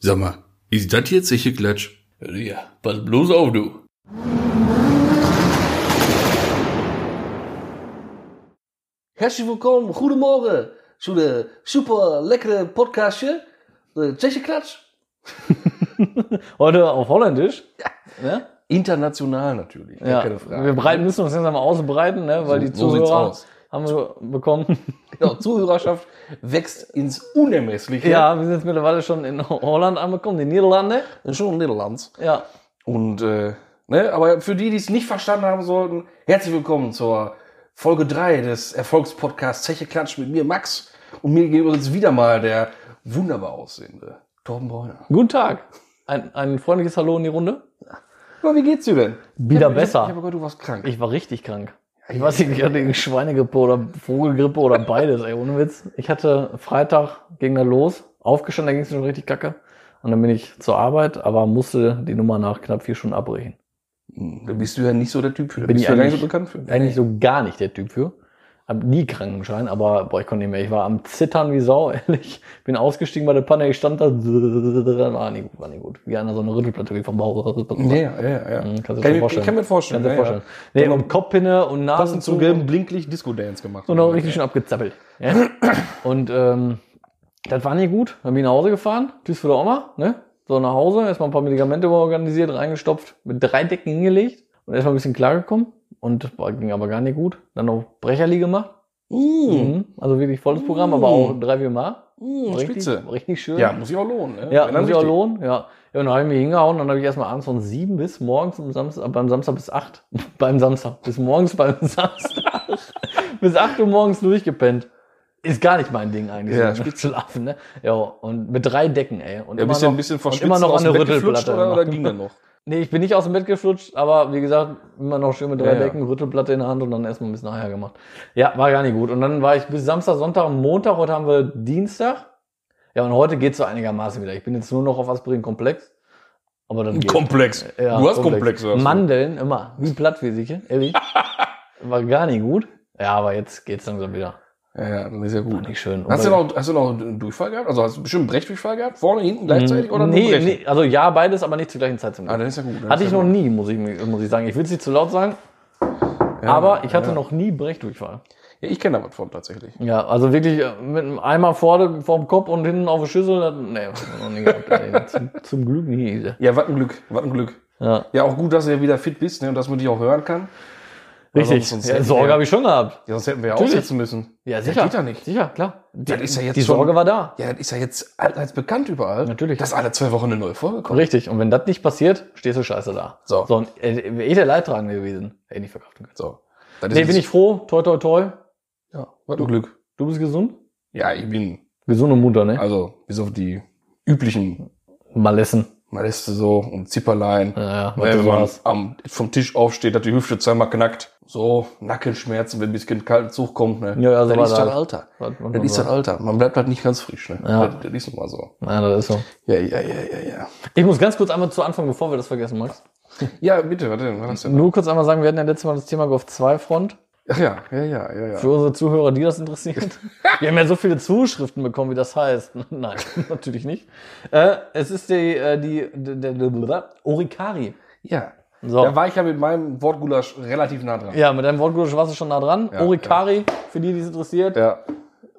Sag mal, ist das jetzt sicher Klatsch? Ja, pass bloß auf, du. Herzlich willkommen, goedemorgen zu der super leckeren Podcast hier. Tschechische Klatsch. Heute auf Holländisch. Ja. International natürlich, gar Ja. keine Frage. Wir breiten, müssen uns langsam ausbreiten, ne? weil So- die so Zuhörer sieht's aus. haben wir bekommen. Genau, Zuhörerschaft wächst ins Unermessliche. Ja, wir sind jetzt mittlerweile schon in Holland angekommen, in den Niederlande. Schon in Nederland. Ja. Und, äh, ne, aber für die, die es nicht verstanden haben sollten, herzlich willkommen zur Folge 3 des Erfolgspodcasts Zeche Klatsch mit mir, Max. Und mir gegenüber sitzt wieder mal der wunderbar aussehende Torben Bräuner. Guten Tag. Ein, ein freundliches Hallo in die Runde. Aber wie geht's dir denn? Wieder Ich habe besser. gehört, du warst krank. Ich war richtig krank. Ich weiß nicht, ich hatte Schweinegrippe oder Vogelgrippe oder beides, ey, ohne Witz. Ich hatte Freitag, ging da los, aufgestanden, da ging es schon richtig kacke. Und dann bin ich zur Arbeit, aber musste die Nummer nach knapp vier Stunden abbrechen. da bist du ja nicht so der Typ für. Da Bin bist ich du ja gar nicht eigentlich- so bekannt für. eigentlich so gar nicht der Typ für. Hab nie Krankenschein, aber boah, ich konnte nicht mehr. Ich war am Zittern wie Sau, ehrlich. Bin ausgestiegen bei der Panne, ich stand da, war nicht gut, war nicht gut. Wie einer so eine Rüttelplatte wie vom Bauch. Ja, ja, ja. ja. Mhm, kannst du dir kann ich, mir- vorstellen. kann mir vorstellen. Kannst du dir ja, vorstellen. Ja. Nee, und Kopfpinne und Nasen Passend zu zum gelben Blinklicht Disco-Dance gemacht. und auch richtig schön abgezappelt. Ja? Und ähm, das war nicht gut. Dann bin ich nach Hause gefahren, tschüss für die Oma, ne? So nach Hause, erstmal ein paar Medikamente organisiert, reingestopft, mit drei Decken hingelegt und erstmal ein bisschen klargekommen. Und das war- ging aber gar nicht gut. Dann noch Brecherli gemacht. Mmh, Mhm. Also wirklich volles Programm, aber auch drei, vier Mal. mmh, Richtig, Mhm. Spitze. richtig schön. Ja, muss ich auch lohnen. Ne? Ja, Wenn dann muss ich auch richtig. lohnen, ja. Ja, und dann habe ich mich hingehauen, dann habe ich erstmal abends von sieben bis morgens am Samstag, beim Samstag bis acht, beim Samstag, bis morgens beim Samstag, bis acht Uhr morgens durchgepennt. Ist gar nicht mein Ding eigentlich. Ja, so schlafen, ne? Ja, und mit drei Decken, ey. Und Ja, immer bist du noch- ein bisschen verschwitzt immer noch aus an dem der Bett geflutscht, Rüttelplatte Oder, oder noch. ging dann noch? Nee, ich bin nicht aus dem Bett geflutscht, aber wie gesagt, immer noch schön mit drei Ja, ja. Decken, Rüttelplatte in der Hand und dann erstmal ein bisschen nachher gemacht. Ja, war gar nicht gut. Und dann war ich bis Samstag, Sonntag, Montag, heute haben wir Dienstag. Ja, und heute geht's so einigermaßen wieder. Ich bin jetzt nur noch auf Aspirin-Komplex. Aber dann geht's. Komplex. Ja, du hast Komplexe. hast du. Mandeln, immer. Wie platt wie sicher, ehrlich. war gar nicht gut. Ja, aber jetzt geht's langsam wieder. Ja, ja, dann ist ja War gut. nicht schön. Und Hast du, bei- noch, hast du noch einen Durchfall gehabt? Also hast du bestimmt einen Brechdurchfall gehabt? Vorne, hinten gleichzeitig? oder nur nee, Brechen? nee, also ja, beides, aber nicht zur gleichen Zeit zum Ah, Glück. dann ist ja gut. dann Hatte ist ich ja noch gut. nie, muss ich, muss ich sagen. Ich will es nicht zu laut sagen, Ja, aber ich hatte ja. noch nie Brechdurchfall. Ja, ich kenne da was von tatsächlich. Ja, also wirklich äh, mit einem Eimer vorne vorm Kopf und hinten auf der Schüssel. das- Nee, hab ich noch nie gehabt. ey. zum, zum Glück nie. Ja, was ein Glück. Was ein Glück. Ja, Ja, auch gut, dass du ja wieder fit bist ne, und dass man dich auch hören kann. richtig. sonst- Ja, Sorge ja. habe ich schon gehabt. Ja, sonst hätten wir ja Natürlich. aussetzen müssen. Ja, Ja, sicher. geht ja nicht. Sicher, klar. Die, Das ist ja jetzt die schon- Sorge war da. Ja, das ist ja jetzt allseits bekannt überall. Natürlich. Dass alle zwei Wochen eine neue Folge kommt. Richtig. Und wenn das nicht passiert, stehst du scheiße da. So. So, und äh, wäre ich der Leidtragende gewesen, hätte ich nicht verkauft können. So. Das Nee, bin ich froh. Toi, toi, toi. Ja, was ein Glück. Du bist gesund? Ja, ich bin, Gesund und munter, ne? also, bis auf die üblichen Mal essen. Maleste so und Zipperlein. Ja, ja, was Wenn du man warst. am, vom Tisch aufsteht, hat die Hüfte zweimal knackt. So, Nackenschmerzen, wenn ein bisschen kalten Zug kommt. Ne? Ja, ja, so war das ist das. halt Alter. Was- was Das man ist halt sagt. Alter. Man bleibt halt nicht ganz frisch. Ne? Ja. Das, das ist nun mal so. Ja, das ist so. Ja, ja, ja, ja, ja. Ich muss ganz kurz einmal zu Anfang, bevor wir das vergessen, Max. Ja, bitte, warte, was war das denn? Nur kurz einmal sagen, wir hatten ja letztes Mal das Thema Golf 2 Front. Ach ja, ja, ja, ja, ja. Für unsere Zuhörer, die das interessiert. Wir haben ja so viele Zuschriften bekommen, wie das heißt. Nein, natürlich nicht. Äh, es ist die, äh, die, der, der, der Orikari. Ja. So. Da war ich ja mit meinem Wortgulasch relativ nah dran. Ja, mit deinem Wortgulasch warst du schon nah dran. Ja, Orikari, für die, die es interessiert, ja,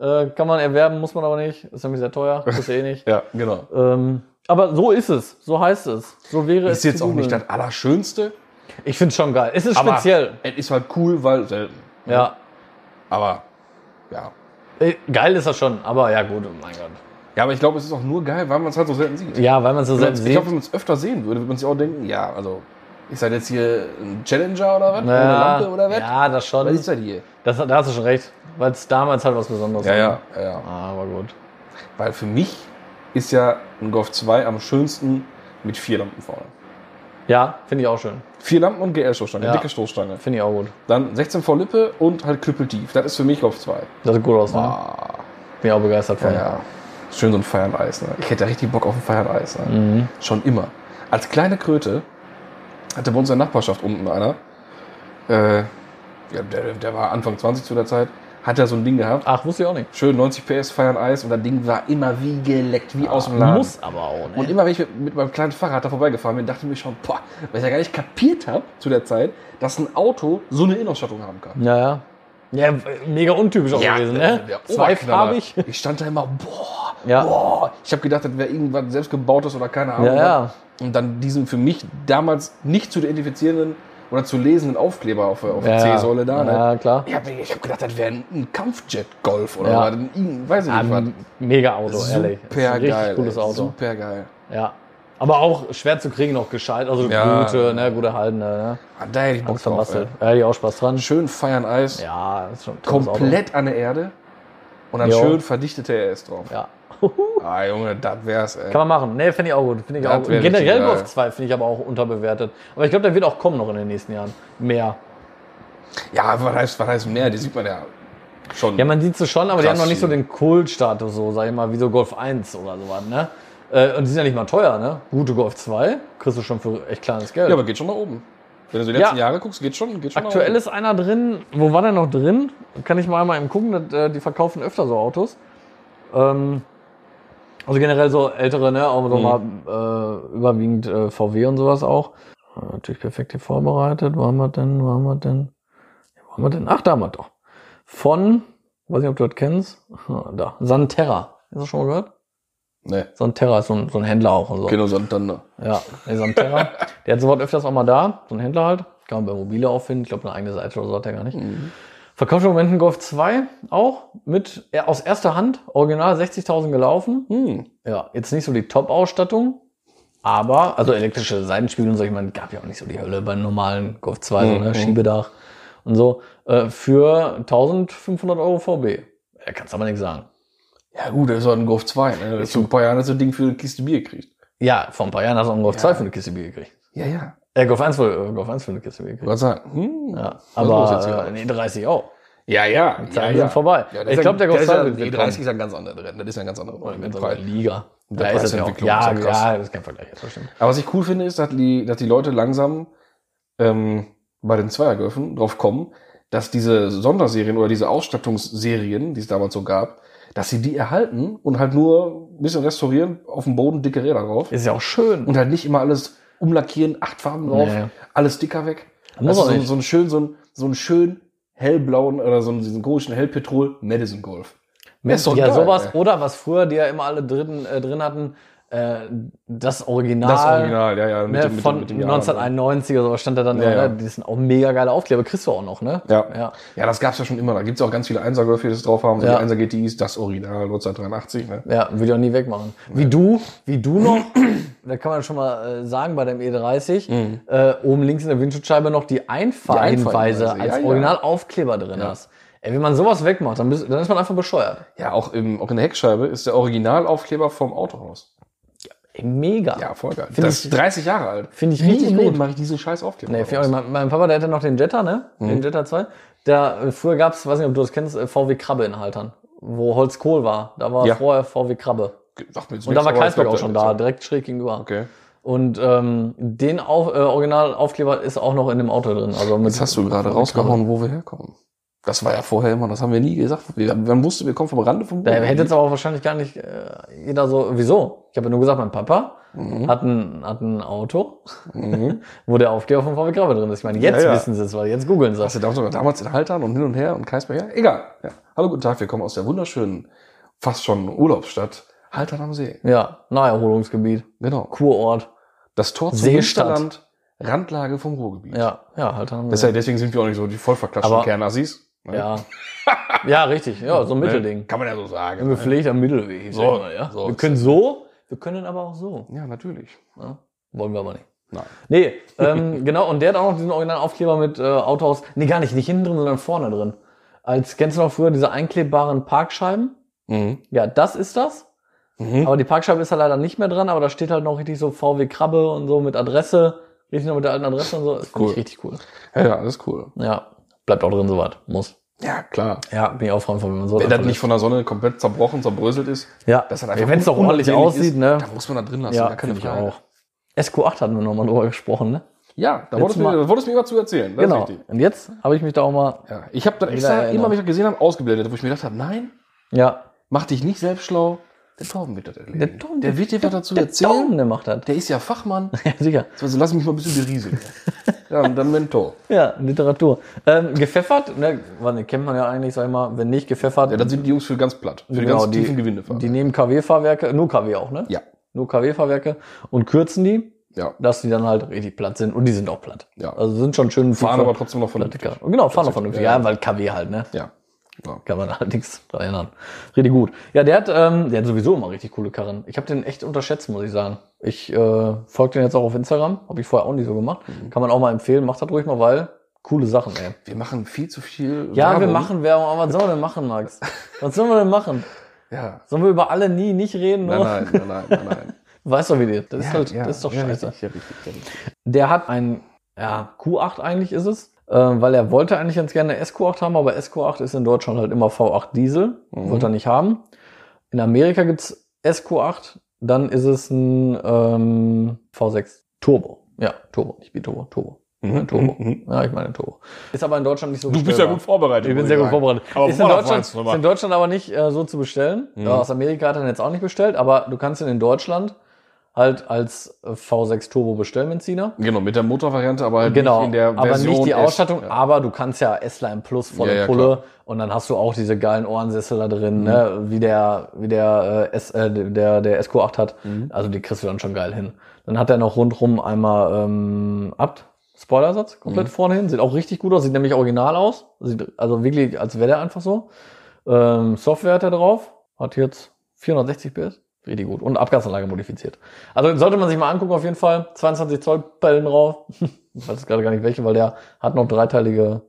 äh, kann man erwerben, muss man aber nicht. Ist nämlich sehr teuer, ist eh nicht. ja, genau. Ähm, aber so ist es, so heißt es. So wäre es. Ist jetzt zu auch nicht googeln. das Allerschönste, Ich finde es schon geil. Es ist aber speziell. es ist halt cool, weil selten. Ja. Aber, ja. Äh, Geil ist das schon, aber ja, gut, oh mein Gott. Ja, aber ich glaube, es ist auch nur geil, weil man es halt so selten sieht. Ja, weil man es so Wenn man's- selbst Ich sieht. glaube, wenn man es öfter sehen würde, würde man sich auch denken, ja, also, ist das jetzt hier ein Challenger oder was? Ohne Ja, Lampe oder was? ja, das schon. Was ist das hier? Das, da hast du schon recht. Weil es damals halt was Besonderes war. Ah, ja, ja. Aber gut. Weil für mich ist ja ein Golf 2 am schönsten mit vier Lampen vorne. Ja, finde ich auch schön. Vier Lampen und GL-Stoßstange, Ja. dicke Stoßstange. Finde ich auch gut. Dann 16 vor Lippe und halt knüppeltief. Das ist für mich Golf 2. Das sieht gut aus, ne? Bin ich auch begeistert von. Ah. Ja, schön so ein Feiern-Eis. Ne? Ich hätte ja richtig Bock auf ein Feiern-Eis. Ne? Mhm. Schon immer. Als kleine Kröte hatte bei unserer Nachbarschaft unten einer, äh, ja, der, der war Anfang 20 zu der Zeit, hat er so ein Ding gehabt. Ach, wusste ich auch nicht. Schön 90 PS feiern Eis und das Ding war immer wie geleckt, wie aus dem Laden. Ah, Muss aber auch, Und ne? immer wenn ich mit, mit meinem kleinen Fahrrad da vorbeigefahren bin, dachte ich mir schon, boah, weil ich ja gar nicht kapiert habe zu der Zeit, dass ein Auto so eine Innenausstattung haben kann. Ja, ja. Ja, mega untypisch auch gewesen, der- ne? der Oberknaller. Zweifarbig. Ich stand da immer, boah, Ja. boah. Ich habe gedacht, das wäre irgendwas selbstgebautes oder keine Ahnung. Ja, ja. Und dann diesen für mich damals nicht zu identifizierenden oder zu lesenden Aufkleber auf, der- auf der ja. C-Säule da. Ne? Ja, klar. Ich habe ich hab gedacht, das wäre ein, ein Kampfjet-Golf oder Ja. was. Ein, irgend- weiß ich Ja, nicht was. ein mega Auto, ehrlich. Ist ein Super richtig geil. cooles ey. Auto. Super geil. Ja. Aber auch schwer zu kriegen, noch gescheit. Also Ja. gute, ne, gute Halden, ne? Ah, da hätte ich Bock Alles drauf. verbastelt. ey. Ja, die auch Spaß dran. Schön feiern Eis. Ja, ist schon ein tolles komplett an der Erde. Und dann Jo. schön verdichtete RS drauf. Auto. Ja. Ah, Junge, das wär's, ey. Kann man machen. Ne, finde ich auch gut. Finde ich Das auch gut. wär Generell richtig geil. Golf 2 finde ich aber auch unterbewertet. Aber ich glaube, der wird auch kommen noch in den nächsten Jahren. Mehr. Ja, was heißt, was heißt mehr? Die sieht man ja schon. Ja, man sieht sie schon, aber die Krass haben noch nicht so viel. den Kultstatus, so, sag ich mal, wie so Golf 1 oder sowas, ne? Äh, Und die sind ja nicht mal teuer, ne? Gute Golf 2 kriegst du schon für echt kleines Geld. Ja, aber geht schon nach oben. Wenn du so die letzten Ja. Jahre guckst, geht schon, geht schon Aktuell nach oben. ist einer drin, wo war der noch drin? Kann ich mal einmal eben gucken, das, äh, die verkaufen öfter so Autos. Ähm, also generell so ältere, ne? Auch so mal äh, überwiegend äh, VW und sowas auch. Äh, Natürlich perfekt hier vorbereitet. Wo haben wir denn? Wo haben wir denn? Wo haben wir denn? Ach, da haben wir doch. Von, weiß nicht, ob du das kennst. Ah, Da. Santerra. Hast du das schon mal gehört? Nee. Santerra ist so ein, so ein Händler auch und so. Genau, so ein Thunder. Ja, der Santerra. der hat sowas öfters auch mal da, so ein Händler halt. Kann man bei Mobile auch finden. Ich glaube, eine eigene Seite oder so hat er gar nicht. Mhm. Verkauft im Moment einen Golf 2 auch mit er- aus erster Hand, original 60.000 gelaufen. Hm. Ja, jetzt nicht so die Top-Ausstattung, aber, also elektrische Seitenspiegel und so, ich meine, gab ja auch nicht so die Hölle beim normalen Golf 2, so, ne, Mhm. Schiebedach und so, äh, für 1500 Euro VB. Ja, kannst aber nichts sagen. Ja, gut, das ist halt ein Golf 2. Ne? Das ist so ein paar Jahre, dass du ein Ding für eine Kiste Bier kriegst. Ja, vor ein paar Jahren hast du auch einen Golf Ja. 2 für eine Kiste Bier gekriegt. Ja, ja. Äh, Golf 1 für, äh, Golf 1 für eine Kiste Bier gekriegt. Gott sagen. Hm. Ja, Was los jetzt aber hier? äh, nee, 30 auch. Ja, ja. Die Zeiten sind vorbei. Ja, das ich ist glaube, der das Golf ist ja- eh 2 wird Die wird 30 ist ein ganz anderer drin. Das ist ein ganz anderer kommen. Ganz Preis. andere Liga. Der Da ist das ja auch. Preisentwicklung ist Ja, ja krass. ja, das ist kein Vergleich, das stimmt. Aber was ich cool finde, ist, dass die, dass die Leute langsam ähm, bei den Zweiergöffen drauf kommen, dass diese Sonderserien oder diese Ausstattungsserien, die es damals so gab, dass sie die erhalten und halt nur ein bisschen restaurieren, auf dem Boden dicke Räder drauf Ist ja auch schön. und halt nicht immer alles umlackieren, acht Farben drauf, Nee. alles dicker weg. Muss Weißt auch du, so, nicht. so einen schönen, so einen, so einen schönen hellblauen oder so einen, diesen komischen hellpetrol Madison Golf. Mit, Ist doch ja, geil, sowas. ey. Oder was früher die ja immer alle dritten, äh, drin hatten, äh, das Original. Das Original, ja, ja. Ne, dem- von dem Jahr. 1991 oder so stand da dann Ja, ja, ja. Ne? Die sind auch mega geile Aufkleber, kriegst du auch noch, ne? Ja. ja. Ja, das gab's ja schon immer. Da gibt's auch ganz viele 1er Golf, die das drauf haben. So Ja. Die 1er GTIs, das Original 1983. Ne? Ja, würde ich auch nie wegmachen. Wie du, wie du noch, da kann man schon mal äh, sagen bei deinem E30, Mhm. äh, oben links in der Windschutzscheibe noch die Einfahrhinweise Einfahrhinweise, als ja, ja. Originalaufkleber drin hast. Ey, wenn man sowas wegmacht, dann, bist, dann ist man einfach bescheuert. Ja, auch, im, auch in der Heckscheibe ist der Originalaufkleber vom Autohaus. Ey, mega. Ja, voll geil. Find das ich- ist 30 Jahre alt. Find ich Nie richtig im gut. Leben mache ich diesen scheiß Aufkleber. Nee, drauf. find ich auch, mein, mein Papa, der hatte noch den Jetta, ne? Mhm. Den Jetta 2. Da, äh, früher gab's, weiß nicht, ob du das kennst, äh, VW Krabbe in Haltern, wo Holzkohl war. Da war Ja. vorher VW Krabbe. Sagt mir jetzt nichts, Und da war aber ich glaub, Kreisberg auch schon ist da, so. direkt schräg gegenüber. Okay. Und ähm, den Auf, äh, Originalaufkleber ist auch noch in dem Auto drin. Also mit Jetzt hast du gerade rausgehauen, wo wir herkommen. Das war ja vorher immer, das haben wir nie gesagt. Wir, man wusste, wir kommen vom Rande vom Da Boden. hätte jetzt aber auch wahrscheinlich gar nicht äh, jeder so, wieso? Ich habe ja nur gesagt, mein Papa hat, ein, hat ein Auto, Mhm. wo der Aufkleber von VW Grabe drin ist. Ich meine, jetzt Ja, ja. wissen sie es, weil jetzt googeln sie Hast es. du da sogar damals in Haltern und hin und her und Kreisberg? Ja, egal. Ja. Hallo, guten Tag, wir kommen aus der wunderschönen, fast schon Urlaubsstadt, Haltern am See. Ja, Naherholungsgebiet, Genau. Kurort. Das Tor zum Seestadt. Münsterland, Randlage vom Ruhrgebiet. Ja, ja, halt haben Das ist ja, deswegen sind wir auch nicht so die vollverklatschten Aber- Kernassis. ne? ja. ja, richtig. Ja, so ein Ne? Mittelding. Kann man ja so Ein sagen. ne? gepflegter Mittelweg. So, sag ich mal, ja. so. wir können so, wir können aber auch so. Ja, natürlich. Ja, wollen wir aber nicht. Nein. Nee, ähm, genau, und der hat auch noch diesen originalen Aufkleber mit äh, Autohaus. Nee, gar nicht, nicht hinten drin, sondern vorne drin. Als kennst du noch früher diese einklebbaren Parkscheiben? Mhm. Ja, das ist das. Mhm. Aber die Parkscheibe ist da leider nicht mehr dran, aber da steht halt noch richtig so VW Krabbe und so mit Adresse. Richtig noch mit der alten Adresse und so. Das finde Cool. ich richtig cool. Ja, ja, alles cool. Ja. Bleibt auch drin, soweit. Muss. Ja, klar. Ja, bin ich auch Freund von, wenn man so Wenn das nicht von der Sonne komplett zerbrochen, zerbröselt ist, Ja, das hat einfach wenn es doch ordentlich unansehnlich aussieht, ist, ne? Da muss man da drin lassen, Ja, gar finde keine ich Frage. auch. SQ8 hatten wir nochmal drüber gesprochen, ne? Ja, da Letztes wolltest du mir, Mal- da wolltest du mir immer zu erzählen. Das genau. Ist richtig. Und jetzt habe ich mich da auch mal, Ja, ich habe dann Wieder extra erinnert. immer, wenn ich das gesehen habe, ausgeblendet, wo ich mir gedacht habe, nein, ja, mach dich nicht selbst schlau. Der Torben wird das erledigen. Der Torben- der wird dir was dazu der erzählen. Daumen, der macht das. Der ist ja Fachmann. Ja, sicher. Also lass mich mal ein bisschen berieseln. ja, und dann Mentor. Ja, Literatur. Ähm, gepfeffert, ne, warte, kennt man ja eigentlich, sag ich mal, wenn nicht gepfeffert. genau, Ja, dann sind die Jungs für ganz platt. Für die ganz tiefen Gewindefahrten. Die nehmen KW-Fahrwerke, nur KW auch, ne? Ja. Nur KW-Fahrwerke und kürzen die, Ja. dass die dann halt richtig platt sind. Und die sind auch platt. Ja. Also sind schon schön Fahren aber trotzdem noch platte vernünftig. Kar- Genau, fahren auch vernünftig. Ja, weil KW halt, ne? Ja. ja. Kann man halt nichts dran ändern. Richtig gut. Ja, der hat, ähm, der hat sowieso immer richtig coole Karren. Ich habe den echt unterschätzt, muss ich sagen. Ich äh, folge den jetzt auch auf Instagram. Habe ich vorher auch nicht so gemacht. Mhm. Kann man auch mal empfehlen. Macht das ruhig mal, weil coole Sachen, ey. Wir machen viel zu viel. Ja, wir Werbung. machen Werbung, aber was sollen wir denn machen, Max? Was sollen wir denn machen? Ja. Sollen wir über alle nie nicht reden? Nein, nur? nein, nein, nein, nein. nein. Weißt du, wie die, das, ist, Ja, halt, ja, das ist doch ja, scheiße. richtig, ja, richtig, ja, richtig. Der hat ein ja, Q8 eigentlich ist es, äh, weil er wollte eigentlich ganz gerne SQ8 haben, aber SQ8 ist in Deutschland halt immer V8 Diesel, Mhm. wollte er nicht haben. In Amerika gibt's SQ8, dann ist es ein ähm, V6 Turbo. Ja, Turbo, nicht Biturbo, Turbo. Ja, Turbo. Ja, ich meine Turbo. Ist aber in Deutschland nicht so Mhm, Du bist ja gut vorbereitet. ich bin muss sehr gut sagen. vorbereitet. Aber ist, in worauf Deutschland, meinst ist du nochmal? in Deutschland aber nicht äh, so zu bestellen. Mhm. Ja, aus Amerika hat er ihn jetzt auch nicht bestellt, aber du kannst ihn in Deutschland halt als äh, V6 Turbo bestellen, Benziner. Genau, mit der Motorvariante, aber halt Genau, nicht in der aber Version nicht die S. Ausstattung, Ah. Ja. aber du kannst ja S-Line Plus volle Ja, Mhm. ja, Pulle und dann hast du auch diese geilen Ohrensessel da drin, ne? wie der wie der, äh, S, äh, der, der SQ8 hat. Mhm. Also die kriegst du dann schon geil hin. Dann hat er noch rundrum einmal ähm, Abt, Spoilersatz, komplett vorne hin. Sieht auch richtig gut aus, sieht nämlich original aus. Sieht also wirklich, als wäre der einfach so. Ähm, Software hat er drauf, hat jetzt 460 PS. Richtig gut. Und Abgasanlage modifiziert. Also sollte man sich mal angucken, auf jeden Fall. 22 Zoll Bällen drauf. ich weiß gerade gar nicht welche, weil der hat noch dreiteilige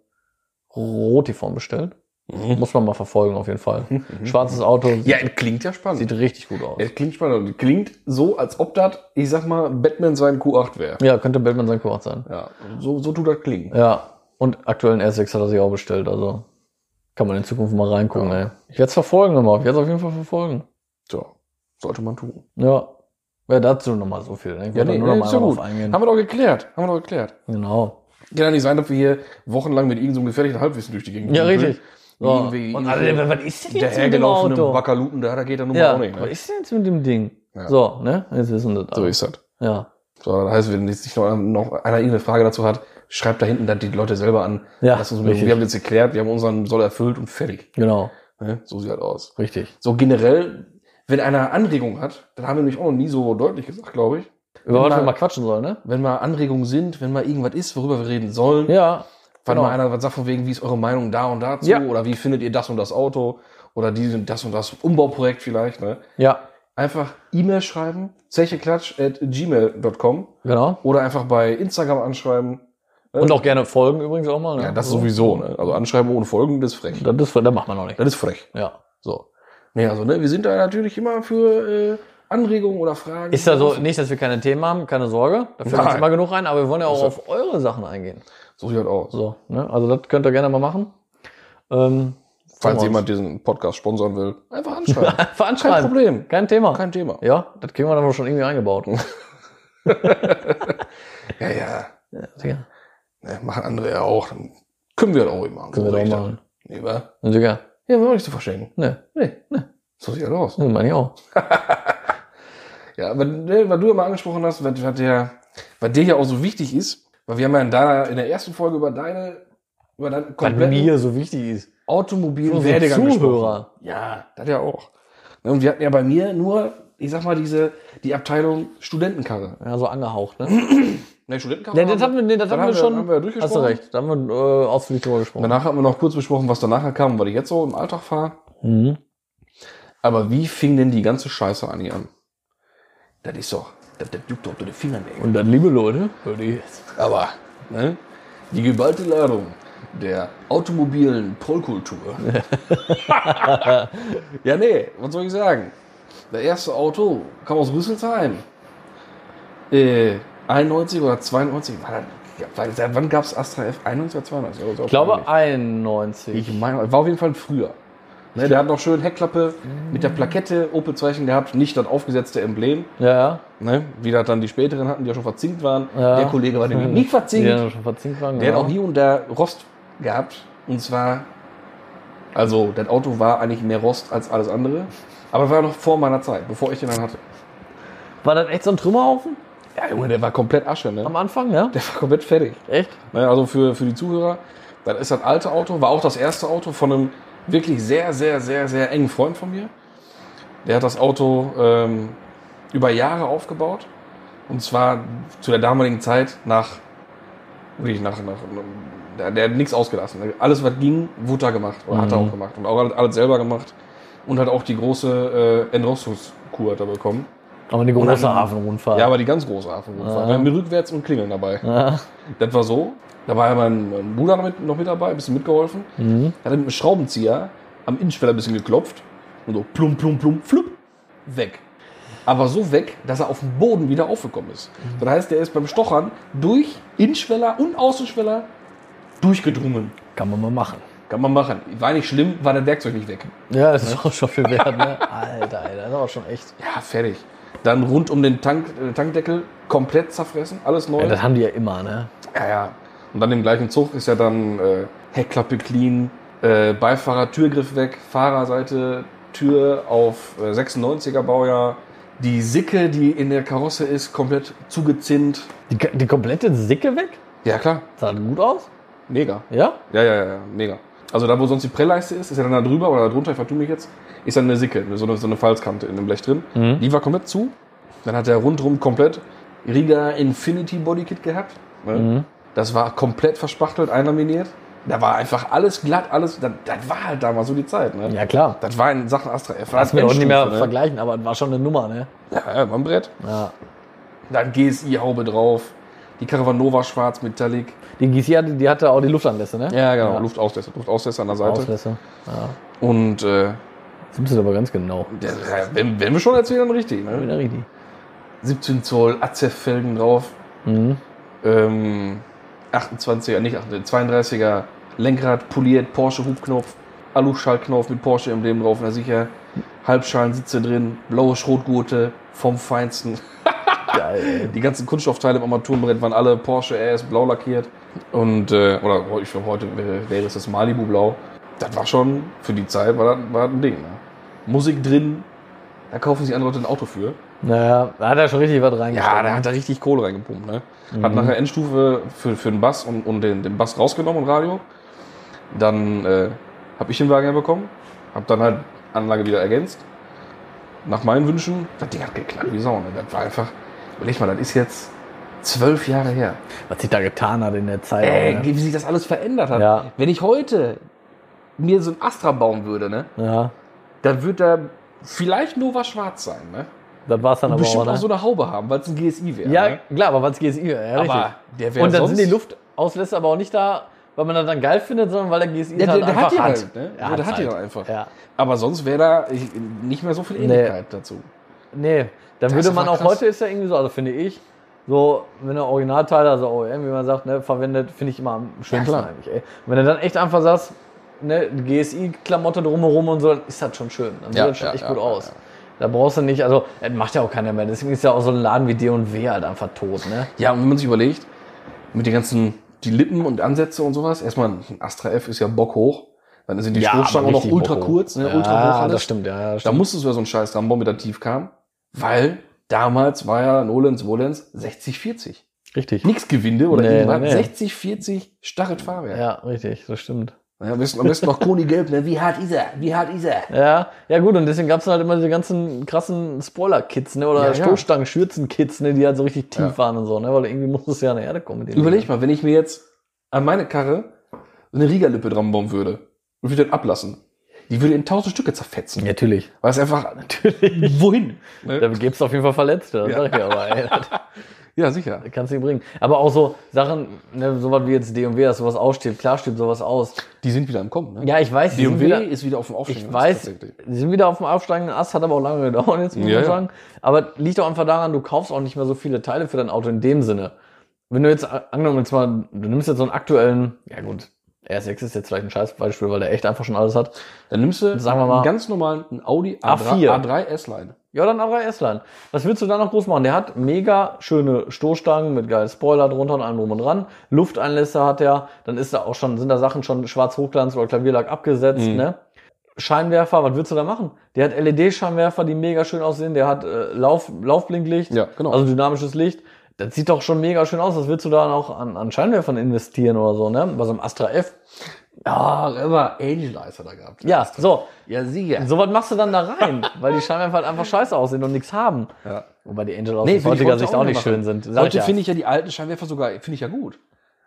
Rotiform bestellt. Muss man mal verfolgen, auf jeden Fall. Schwarzes Auto. Sieht, Ja, es klingt ja spannend. sieht richtig gut aus. es klingt spannend. Es klingt so, als ob das, ich sag mal, Batman sein Q8 wäre. Ja, könnte Batman sein Kurat sein. Ja, so, so tut das klingen. Ja. Und aktuellen R6 hat er sich auch bestellt, also kann man in Zukunft mal reingucken, ey. Ich werde es verfolgen nochmal. Ich werde es auf jeden Fall verfolgen. So, sollte man tun. Ja. Ja, dazu nochmal so viel. ne? Ich Ja, wollte nee, nur nee, noch mal ist ja drauf gut. eingehen. Haben wir doch geklärt. Haben wir doch geklärt. Genau. Kann ja nicht sein, dass wir hier wochenlang mit irgendeinem so einem gefährlichen Halbwissen durch die Gegend Ja, dümpeln. richtig. So. Irgendwie- Und alle, was ist denn Der jetzt mit dem hergelaufene Auto? Bakaluten, da geht er nun mal Ja, auch nicht. was Ne? ist denn jetzt mit dem Ding? Ja. So, ne? Jetzt wissen wir das. So alle. ist das. Ja. So, das heißt, wenn jetzt nicht noch, einer- noch einer irgendeine Frage dazu hat, schreibt da hinten dann die Leute selber an. Ja, Lass uns mit, richtig. wir haben jetzt geklärt, wir haben unseren Soll erfüllt und fertig. Genau. Ne? So sieht das aus. Richtig. So generell, wenn einer Anregungen hat, dann haben wir nämlich auch noch nie so deutlich gesagt, glaube ich. Über was Mal- wir mal quatschen sollen, ne? Wenn mal Anregungen sind, wenn mal irgendwas ist, worüber wir reden sollen, Ja. wenn genau. mal einer was sagt von wegen, wie ist eure Meinung da und dazu Ja. oder wie findet ihr das und das Auto oder die sind das und das Umbauprojekt vielleicht, ne? Ja. Einfach E-Mail schreiben, zecheklatsch at gmail.com Genau. oder einfach bei Instagram anschreiben. Und auch gerne folgen übrigens auch mal. Ne? Äh. Ja, das sowieso, ne? Also anschreiben ohne Folgen, das ist frech. Das, ist, das macht man noch nicht. Das ist frech. Ja. So. Nee, also, ne, wir sind da natürlich immer für äh, Anregungen oder Fragen. Ist ja so, nicht, dass wir keine Themen haben, keine Sorge. Da fällt uns Nein. immer genug ein, aber wir wollen ja auch Also- auf eure Sachen eingehen. So sieht das aus. So, ne? Also das könnt ihr gerne mal machen. Ähm, Falls gucken wir uns. jemand diesen Podcast sponsern will, einfach anschreiben. Kein Veranschreiben. Problem. Kein Thema. Kein Thema. ja, das kriegen wir dann wohl schon irgendwie eingebaut. Ja, ja. Sicher. Ne, machen andere ja auch. Dann können wir das auch immer. Können wir doch machen. Nee, wa? Sicher. Ja, wir haben nichts zu verschenken. Ne, Nee, ne. So sieht das aus. das meine ich auch. Ja, aber ne, was du immer angesprochen hast, was, was, dir, was dir ja auch so wichtig ist, weil wir haben ja in, deiner, in der ersten Folge über deine, über deinen Was kompletten mir so wichtig ist. automobilen unsere Werdegang gesprochen. Zuhörer. Ja, das ja auch. Ne, Und wir hatten ja bei mir nur, ich sag mal, diese, die Abteilung Studentenkarre. Ja, so angehaucht, ne? Ne, Studentenkarre? Ja, das hatten wir, nee, das Dann hatten haben wir- wir schon. haben wir durchgesprochen. hast du recht. Da haben wir äh, ausführlich drüber gesprochen. Danach hatten wir noch kurz besprochen, was danach kam und was ich jetzt so im Alltag fahre. Mhm. Aber wie fing denn die ganze Scheiße eigentlich an? Das ist doch, das, das juckt doch unter den Fingernägeln. Und dann, liebe Leute, hört ihr jetzt. Aber ne, die geballte Ladung der automobilen Pollkultur. ja, nee, was soll ich sagen? Das erste Auto kam aus Rüsselsheim. Äh, 91 oder 92, war das, seit wann gab es Astra F? 91 oder 92? Ich glaube 91. ich meine, war auf jeden Fall früher. Ne, der hat noch schön Heckklappe mit der Plakette, Opel-Zeichen gehabt, nicht das aufgesetzte Emblem, Ja, ja. ne, wie das dann die späteren hatten, die ja schon verzinkt waren. Ja. Der Kollege war nämlich nicht verzinkt. Die dann schon verzinkt waren. Der genau. hat auch hier und da Rost gehabt. Und zwar, also das Auto war eigentlich mehr Rost als alles andere. Aber das war noch vor meiner Zeit, bevor ich den dann hatte. War das echt so ein Trümmerhaufen Ja, Junge, der war komplett Asche, ne? am Anfang, ja? Der war komplett fertig. Echt? Ne, also für, für die Zuhörer, das ist das alte Auto, war auch das erste Auto von einem wirklich sehr, sehr, sehr, sehr engen Freund von mir. Der hat das Auto ähm, über Jahre aufgebaut. Und zwar zu der damaligen Zeit nach, wirklich nach, nach der, der hat nichts ausgelassen. Alles, was ging, wurde da gemacht oder hat er auch gemacht. Und auch alles, alles selber gemacht. Und hat auch die große äh, Entrostungskur da bekommen. Aber eine Und große dann- Hafenrundfahrt. Ja, aber die ganz große Hafenrundfahrt. Ah. Mit rückwärts und Klingeln dabei. Ja. Das war so. Da war ja mein, mein Bruder noch mit, noch mit dabei, ein bisschen mitgeholfen. Mhm. Hat mit einem Schraubenzieher am Innenschweller ein bisschen geklopft. Und so plum, plum, plum, flupp, weg. Aber so weg, dass er auf dem Boden wieder aufgekommen ist. Mhm. Das heißt, der ist beim Stochern durch Innenschweller und Außenschweller durchgedrungen. Kann man mal machen. Kann man machen. War nicht schlimm, war das Werkzeug nicht weg. Ja, das ist auch schon viel wert, ne? Alter, Alter, das ist auch schon echt. Ja, fertig. Dann rund um den Tank, äh, Tankdeckel komplett zerfressen, alles neu. Ja, das haben die ja immer, ne? Ja, ja. Und dann im gleichen Zug ist ja dann äh, Heckklappe clean, äh, Beifahrer Türgriff weg, Fahrerseite Tür auf äh, 96er Baujahr, die Sicke, die in der Karosse ist, komplett zugezinnt. Die, die komplette Sicke weg? Ja, klar, Sah das gut aus? mega. Ja? Ja, ja, ja, ja, mega. Also da, wo sonst die Prellleiste ist, ist ja dann da drüber oder da drunter, ich vertue mich jetzt, ist dann eine Sicke, so eine, so eine Falzkante in dem Blech drin. Mhm. Die war komplett zu. Dann hat er rundrum komplett Riga Infinity Bodykit gehabt. Ne? Mhm. Das war komplett verspachtelt, einlaminiert. Da war einfach alles glatt, alles. Das, das war halt damals so die Zeit. Ne? Ja, klar. Das war in Sachen Astra F. Lass mir auch nicht mehr Endstufe, vergleichen, aber das war schon eine Nummer, ne? ne? Ja, ja, war ein Brett. Ja. Dann GSI-Haube drauf. Die Caravanova schwarz, metallic. Die GC hatte, die hatte auch die Luftanlässe, ne? Ja, genau. Ja. Luftauslässer. Luftauslässer an der Seite. Auslässe. Ja. Und äh, Das ist aber ganz genau. der, wenn, wenn wir schon erzählen, dann richtig. Ja, Ne? wieder richtig. 17 Zoll, AZF-Felgen drauf. Mhm. Ähm, 28er, nicht 28, 32er Lenkrad poliert, Porsche Hubknopf, Aluschallknopf mit Porsche Emblem drauf, na sicher. Halbschalensitze drin, blaue Schrotgurte vom Feinsten. Geil. Die ganzen Kunststoffteile im Armaturenbrett waren alle Porsche RS blau lackiert. Und, äh, oder oh, ich glaube, heute wäre wäre es das Malibu blau. Das war schon, für die Zeit war das, war das ein Ding. Ne? Musik drin, da kaufen sich andere Leute ein Auto für. Naja, da hat er schon richtig was reingesteckt. Ja, da hat er richtig Kohle reingepumpt. Ne? Mhm. Hat nachher Endstufe für, für den Bass und, und den, den Bass rausgenommen und Radio. Dann äh, habe ich den Wagen ja bekommen, habe dann halt Anlage wieder ergänzt. Nach meinen Wünschen, das Ding hat geknallt wie Sau. Ne? Das war einfach, überleg mal, das ist jetzt zwölf Jahre her. Was sich da getan hat in der Zeit. Ey, auch, ne? wie sich das alles verändert hat. Ja. Wenn ich heute mir so ein Astra bauen würde, ne, ja. dann würde da vielleicht Nova Schwarz sein. Ne? Das war's dann Und aber bestimmt auch, auch ne? so eine Haube haben, weil es ein GSI wäre. ja, ne? klar, aber was GSI? eh, Ja, aber richtig. der wäre Und dann sonst sind die Luftauslässe aber auch nicht da, weil man das dann geil findet, sondern weil der GSI Ja, ja, der, halt der einfach hat die hat. halt. Ne? Er Ja, der hat's hat die halt. halt einfach. Ja. Aber sonst wäre da äh, nicht mehr so viel Ähnlichkeit dazu. Nee, dann Das würde ist man aber auch krass. heute ist ja irgendwie so, also finde ich, so, wenn er Originalteile, also OEM, wie man sagt, ne, verwendet, finde ich immer am schönsten klar. eigentlich, ey. Und wenn du dann echt einfach sagst, ne, GSI-Klamotte drumherum und so, dann ist das schon schön. Dann sieht Ja, das schon ja, echt ja, gut ja, aus. ja. Da brauchst du nicht, also, das macht ja auch keiner mehr. Deswegen ist ja auch so ein Laden wie D&W halt einfach tot, ne? Ja, und wenn man sich überlegt, mit den ganzen, die Lippen und Ansätze und sowas, erstmal ein Astra F ist ja Bock hoch, dann sind die Ja, Stoßstangen auch aber noch richtig ultra bockhoch. kurz, ne, ja, ultra hoch alles. das stimmt, ja, das Da stimmt. musstest du ja so einen Scheiß dran bauen, mit der tief kam, weil damals war ja Nolens, Wolens 60-40. richtig. Nix Gewinde oder Nee, irgendwas, nee, nee. 60-40 starres Fahrwerk. Ja, richtig, das stimmt. Ja, am, besten, am besten noch Koni Gelb, ne? wie hart ist er, wie hart ist er? Ja, ja gut, und deswegen gab's dann halt immer diese ganzen krassen Spoiler-Kits, ne? Oder Ja, ja. Stoßstangen, Schürzen-Kits, ne, die halt so richtig tief Ja. waren und so, ne? Weil irgendwie muss es ja an der Erde kommen mit dem. Überleg mal, wenn ich mir jetzt an meine Karre eine Riga-Lippe dran bauen würde und würde den ablassen, die würde in tausend Stücke zerfetzen. Ja, natürlich. Weil es einfach, Natürlich. wohin? Da Ne? gibt's auf jeden Fall Verletzte, das Ja. sag ich dir aber, ey. Das Ja, sicher. kannst du nicht bringen. Aber auch so Sachen, ne, sowas wie jetzt D&W, dass sowas aussteht, klar steht sowas aus. Die sind wieder im Kommen. Ne? Ja, ich weiß, die sind BMW wieder, ist wieder auf dem Aufstieg. ich weiß, die sind wieder auf dem aufsteigenden Ast, hat aber auch lange gedauert, jetzt muss Ja, man ja. sagen. Aber liegt auch einfach daran, du kaufst auch nicht mehr so viele Teile für dein Auto in dem Sinne. Wenn du jetzt, äh, angenommen, jetzt mal, du nimmst jetzt so einen aktuellen, ja gut, R6 ist jetzt vielleicht ein scheiß Beispiel, weil der echt einfach schon alles hat. Dann nimmst du Sagen wir mal- einen ganz normalen einen Audi A4. A3, A3 S-Line. Ja, dann aber S-Line. Was willst du da noch groß machen? Der hat mega schöne Stoßstangen mit geilen Spoiler drunter und allem drum und dran. Lufteinlässe hat er. Dann ist da auch schon, sind da Sachen schon schwarz Hochglanz oder Klavierlack abgesetzt, Mhm. ne? Scheinwerfer, was willst du da machen? Der hat LED-Scheinwerfer, die mega schön aussehen. Der hat äh, Lauf, Laufblinklicht, Ja, genau. also dynamisches Licht. Das sieht doch schon mega schön aus. Was willst du da noch an, an Scheinwerfern investieren oder so, ne? Bei so einem Astra F. Ah, aber Angel Eyes hat er gehabt. Ja, so. Ja, sicher. So was machst du dann da rein, weil die Scheinwerfer halt einfach scheiße aussehen und nichts haben. Ja. Wobei die Angel aus Nee, aus find ich heutiger heute Sicht auch auch nicht nicht schön sind. Sag Heute ich ja. finde ich ja die alten Scheinwerfer sogar, finde ich ja gut.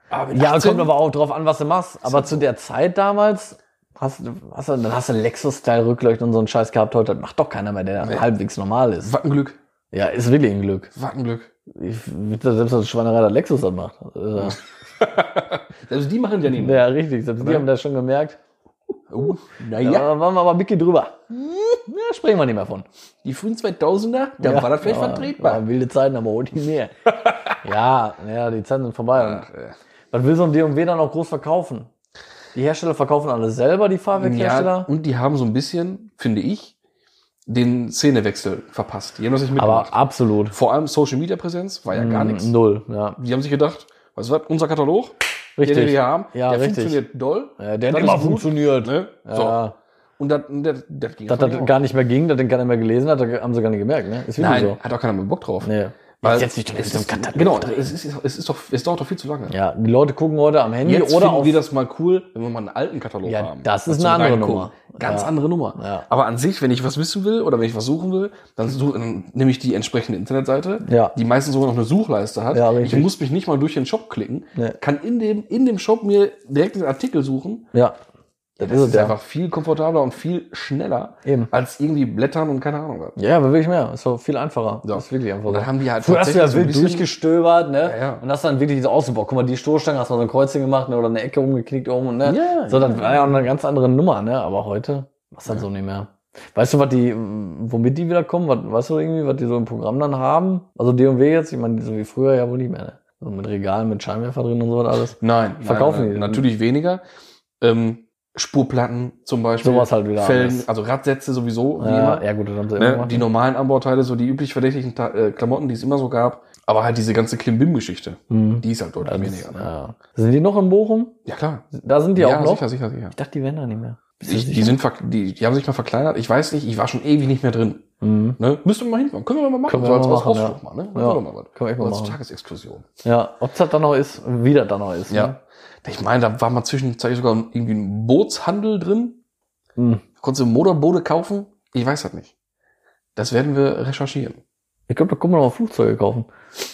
Aber mit ja, 18 kommt aber auch drauf an, was du machst. Aber zu der Zeit damals hast, du- hast du, dann hast du Lexus-Style-Rückleuchten und so einen Scheiß gehabt heute. Das macht doch keiner mehr, der halbwegs normal ist. Was ein Glück. Ja, ist wirklich ein Glück. Was ein Glück. Ich, selbst das Schweinerei, dass Lexus das macht. Äh, Also die machen ja nicht mehr. ja, richtig. Selbst die haben das schon gemerkt. Oh, Ja, naja, da waren wir aber Mickey drüber. Ja, sprechen wir nicht mehr von. die frühen 2000er, da ja, war das vielleicht ja, vertretbar. Ja, wilde Zeiten, aber ohne mehr. ja, ja, die Zeiten sind vorbei. Und Ach, äh. Was will so ein DMW dann noch groß verkaufen? Die Hersteller verkaufen alle selber, die ja, Fahrwerkhersteller. und die haben so ein bisschen, finde ich, den Szenewechsel verpasst. Die haben das nicht aber Mm, mitgemacht. absolut. Vor allem Social Media Präsenz war ja gar nichts. Null, ja. Die haben sich gedacht, weißt du was, unser Katalog, Richtig. den wir hier haben, Ja, der richtig. funktioniert doll. Ja, der Das hat immer ist gut, funktioniert. Ne? So. Ja, Und das, das, das ging dass einfach nicht das auf. gar nicht mehr ging, dass den keiner mehr gelesen hat, da haben sie gar nicht gemerkt, ne? Ist Nein, wirklich so. hat auch keiner mehr Bock drauf. Nee. Weil Jetzt nicht doch mit es so einem ist- Katalog Genau, da es, ist, es, ist doch, es dauert doch viel zu lange. Ja, die Leute gucken heute am Handy Jetzt oder finden auf. wir das mal cool, wenn wir mal einen alten Katalog Ja, haben. das ist Zum eine andere Reingucken. Nummer. Ganz Ja. andere Nummer. Ja. Aber an sich, wenn ich was wissen will oder wenn ich was suchen will, dann, such, dann nehme ich die entsprechende Internetseite, Ja. die meistens sogar noch eine Suchleiste hat. Ja, ich richtig. muss mich nicht mal durch den Shop klicken, Nee. kann in dem, in dem Shop mir direkt den Artikel suchen. ja. Das, ist es ja. einfach viel komfortabler und viel schneller Eben. als irgendwie blättern und keine Ahnung was. Ja, aber wirklich mehr. Ist doch viel einfacher. So. Ist wirklich einfacher. Und dann haben die halt Früher hast du ja tatsächlich so ein wild bisschen- durchgestöbert, ne? Ja, ja. Und hast dann wirklich diese Außenbau. Guck mal, die Stoßstange hast du mal so ein Kreuzchen gemacht, ne? Oder eine Ecke umgeknickt oben, und, ne? Ja, so, dann war ja auch eine ganz andere Nummer, ne? Aber heute machst du halt so nicht mehr. Weißt du, was die, mm, womit die wieder kommen? Was, weißt du irgendwie, was die so im Programm dann haben? Also D&W jetzt, ich meine, so wie früher ja wohl nicht mehr, ne? So mit Regalen, mit Scheinwerfer drin und so was alles. Nein, Verkaufen nein, die nein, dann? natürlich weniger. Ähm, Spurplatten zum Beispiel. Sowas halt wieder Felgen, alles. also Radsätze sowieso, wie Ja, immer. ja, gut, das haben sie immer ne? gemacht. Die normalen Anbauteile, so die üblich verdächtigen Ta äh, Klamotten, die es immer so gab. Aber halt diese ganze Klimbim-Geschichte, Hm. die ist halt deutlich Ja, das, weniger. Ne? ja. Sind die noch in Bochum? Ja, klar. Da sind die ja, auch noch? sicher, sicher, sicher. Ich dachte, die wären da nicht mehr. Bist du Ich, die, sicher? sind verk- die, die haben sich mal verkleinert. Ich weiß nicht, ich war schon ewig nicht mehr drin. Mhm. Ne? Müssten wir mal hinfahren. Können wir mal machen. Können wir so als mal Aus- machen, ja. Ausflug mal, ne? Ja. Können wir mal was. Können wir echt mal Oder zur machen. Tagesexkursion. Ja, ob das dann noch ist, wie das dann noch ist. Ne? Ja. Ich meine, da war mal zwischenzeitlich sogar irgendwie ein Bootshandel drin. Hm. Konntest du Motorboote kaufen? Ich weiß das nicht. Das werden wir recherchieren. Ich glaube, da können wir noch mal Flugzeuge kaufen.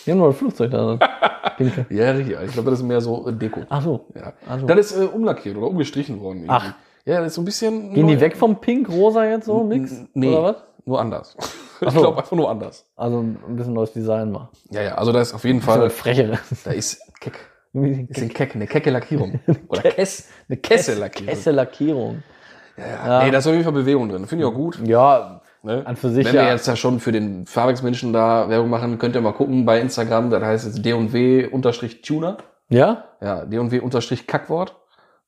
Wir haben noch ein Flugzeug da. Pinke. Ja, richtig. Ich glaube, das ist mehr so äh, Deko. Ach so. Ja. Also. Das ist äh, umlackiert oder umgestrichen worden. irgendwie. Ach. Ja, das ist so ein bisschen. Gehen nur- die weg vom Pink, Rosa jetzt so, Mix? N- nee. Oder was? Nur anders. Ach Ich so. glaube einfach nur anders. Also ein bisschen neues Design mal. Ja, ja, also da ist auf jeden Bisschen Fall. frechere. Da ist keck. Ist Eine ein keck, eine kecke Lackierung. Oder Kess, eine Kesse Lackierung. Kesse Lackierung. Ja. Nee, da ist auf jeden Fall Bewegung drin. Finde ich auch gut. Ja, Ne? An für sich, Wenn ja. wir jetzt ja schon für den Fahrwerksmenschen da Werbung machen, könnt ihr mal gucken bei Instagram. Das heißt jetzt D&W-Tuner. ja? Ja, D&W unterstrich Kackwort.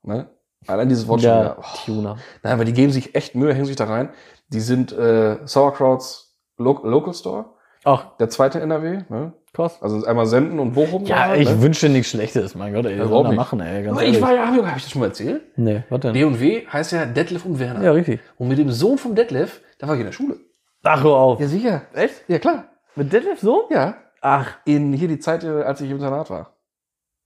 Ne? Allein dieses Wort Ja, schon wieder. Oh. Tuner. Nein, aber die geben sich echt Mühe, hängen sich da rein. Die sind äh, Sauerkrauts Lo Local Store, Ach, der zweite NRW. Ne? krass. Also einmal Senden und Bochum. Ja, da, ich ne? wünsche nichts Schlechtes. Mein Gott, ey, Ja, was überhaupt soll da nicht. machen, ey? Ganz Aber ich ehrlich. war ja, habe ich das schon mal erzählt? Nee, was denn? D&W heißt ja Detlef und Werner. Ja, richtig. Und mit dem Sohn vom Detlef, da war ich in der Schule. Ach, hör auf. Ja, sicher. Echt? Ja, klar. Mit Detlef so? Ja. Ach, In hier die Zeit, äh, als ich im Internat war.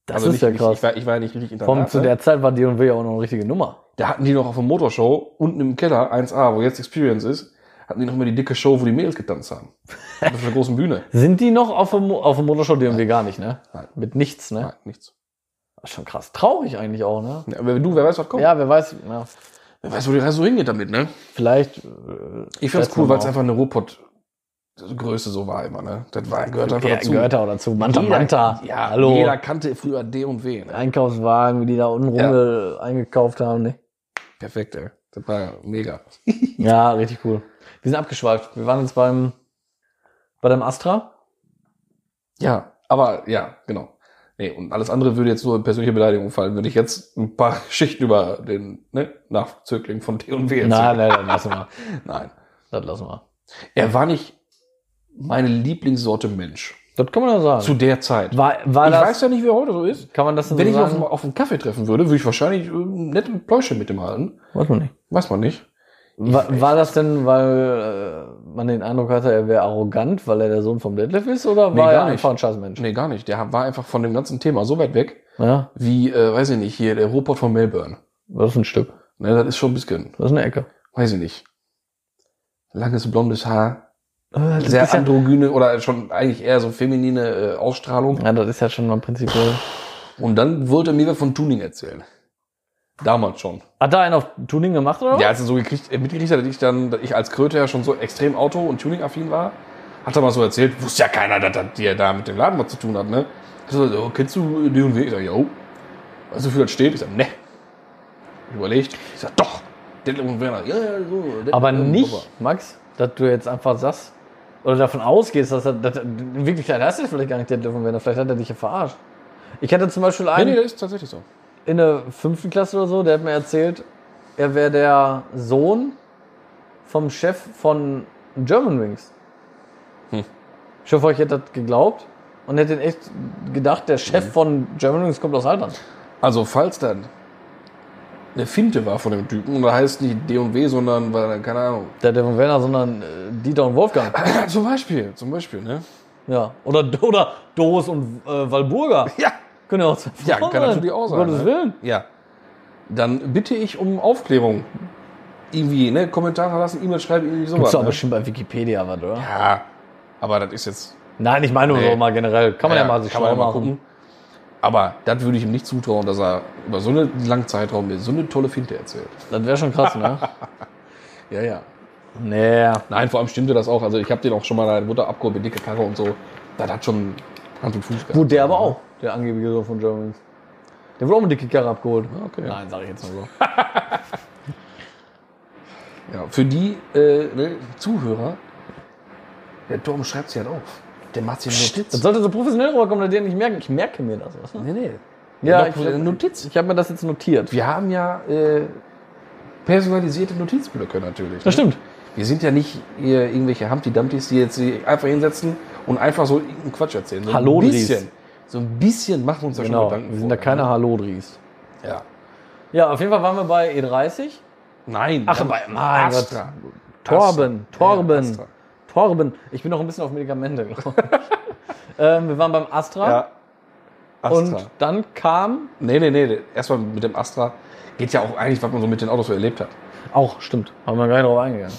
das Also ist nicht, ja nicht- krass. Ich war, ich war ja nicht richtig Vor allem Internat. zu ne? der Zeit war D&W ja auch noch eine richtige Nummer. Da hatten die noch auf der Motorshow unten im Keller 1A, wo jetzt Experience ist, hatten die noch immer die dicke Show, wo die Mädels getanzt haben. auf der großen Bühne. Sind die noch auf dem, Mo- auf dem Motorshow DMW gar nicht, ne? Nein. Mit nichts, ne? Nein, nichts. Schon krass. Traurig eigentlich auch, ne? Ja, aber du, wer weiß, was kommt. Ja, wer weiß. Ja, Wer weiß, wo die Reise so hingeht damit, ne? vielleicht. Äh, Ich find's schätzen cool, wir weil es mal. einfach eine Ruhrpott-Größe so war immer, ne? Das war, gehört einfach ja, dazu. gehört auch dazu. Manta, Jeder- Manta. Ja, hallo. Jeder kannte früher D und W, ne? Einkaufswagen, wie die da unten Ja. rum äh, eingekauft haben, ne? Perfekt, ey. Das war ja mega. Ja, richtig cool. Wir sind abgeschweift. Wir waren jetzt beim, bei dem Astra. Ja, aber ja, genau. Nee, und alles andere würde jetzt nur in persönliche Beleidigung fallen, wenn ich jetzt ein paar Schichten über den ne, Nachzögling von D&W erzähle. Nein, nein, das lassen wir. Nein. Das lassen wir. Er war nicht meine Lieblingssorte Mensch. Das kann man doch sagen. Zu der Zeit. war, war ich das, weiß ja nicht, wie er heute so ist. kann man das denn Wenn ich so ihn auf, sagen? dem- auf einen Kaffee treffen würde, würde ich wahrscheinlich äh, nett ein Pläuschen mit ihm halten. Weiß man nicht. Weiß man nicht. War, war das denn, weil äh, man den Eindruck hatte, er wäre arrogant, weil er der Sohn vom Detlef ist, oder Nee, war gar er nicht. einfach ein scheiß Mensch? Nee, gar nicht. Der war einfach von dem ganzen Thema so weit weg, Ja, wie, äh, weiß ich nicht, hier der Robot von Melbourne. das ist ein Stück. Ne, das ist schon ein bisschen, Das ist eine Ecke. weiß ich nicht. Langes blondes Haar, Das sehr ist ja, androgyne oder schon eigentlich eher so feminine äh, Ausstrahlung. ja, das ist ja schon mal prinzipiell. Und dann wollte er mir was von Tuning erzählen. Damals schon. Hat da einen auf Tuning gemacht, oder? was? Ja, als er so gekriegt, äh, mitgekriegt hat, dass ich dann, dass ich als Kröte ja schon so extrem Auto- und Tuning-affin war, hat er mal so erzählt, wusste ja keiner, dass das dir da mit dem Laden was zu tun hat, ne? Ich so, so, kennst du D&W? Ich sag, jo. Weißt du, wofür das steht? Ich sag, ne. Überlegt. Ich sag, doch. Detlef und Werner, ja, ja, so. Detlef Aber und nicht, Baba. Max, dass du jetzt einfach sagst, oder davon ausgehst, dass er, dass er in Wirklichkeit hast du vielleicht gar nicht Detlef und Werner, vielleicht hat er dich ja verarscht. Ich hatte zum Beispiel Nee, einen nee, das ist tatsächlich so. in der fünften Klasse oder so, der hat mir erzählt, er wäre der Sohn vom Chef von German Wings. Hm. Ich hoffe, euch hättet das geglaubt und hättet echt gedacht, der Hm. Chef von German Wings kommt aus Haltern. Also, falls dann eine Finte war von dem Typen, und da heißt nicht D&W, sondern, weil, keine Ahnung. Der Devon Werner, sondern äh, Dieter und Wolfgang. zum Beispiel, zum Beispiel, ne? Ja. Oder, oder Doris und äh, Walburga. Ja. Können ja auch zwei Ja, Frauen kann sein. natürlich auch sein, Um Gottes ne? Willen. Ja. Dann bitte ich um Aufklärung. Irgendwie, ne? Kommentar verlassen, E-Mail schreiben, irgendwie sowas. Gibt's doch ne? bestimmt bei Wikipedia was, oder? ja, aber das ist jetzt. Nein, ich meine nur Nee. so mal generell. Kann man ja, ja, mal sich kann man schlau ja mal machen. Aber das würde ich ihm nicht zutrauen, dass er über so einen langen Zeitraum mir so eine tolle Finte erzählt. Das wäre schon krass, ne? Ja, ja. nee. Nein, vor allem stimmte das auch. Also ich habe den auch schon mal deine Mutter abgeholt mit dicke Karre und so. Das hat schon Hand und Fuß. gehabt. Gut, der aber auch, der angebliche Sohn von Germans. Der wurde auch mit dicke Karre abgeholt. Ja, Okay. Nein, sag ich jetzt mal so. Ja, für die äh, ne, Zuhörer, der Turm schreibt sie halt auf. Der macht sie Das Notiz. sollte so professionell rüberkommen, dass die nicht merken. Ich merke mir das. Weißt du? Nee, nee. Ja, Doch, ich- eine Notiz. Ich habe mir das jetzt notiert. Wir haben ja äh, personalisierte Notizblöcke natürlich. Das ne? stimmt. Wir sind ja nicht hier irgendwelche Humpty-Dumptys, die jetzt sich einfach hinsetzen und einfach so irgendeinen Quatsch erzählen. So Hallo, ein Dries. bisschen. So ein bisschen machen wir uns da Genau. schon Gedanken. Wir sind da keine Halodris. Ne? Ja. Ja, auf jeden Fall waren wir bei E E30. Nein. Ach, dann- bei- mein Gott. Astra. Torben, Astra. Ja, Torben, Astra. Torben. Ich bin noch ein bisschen auf Medikamente, glaube ich. ähm, wir waren beim Astra, Ja. Astra. und dann kam, nee, nee, nee. Erstmal mit dem Astra geht ja auch eigentlich, was man so mit den Autos so erlebt hat. auch stimmt, haben wir gar nicht drauf eingegangen.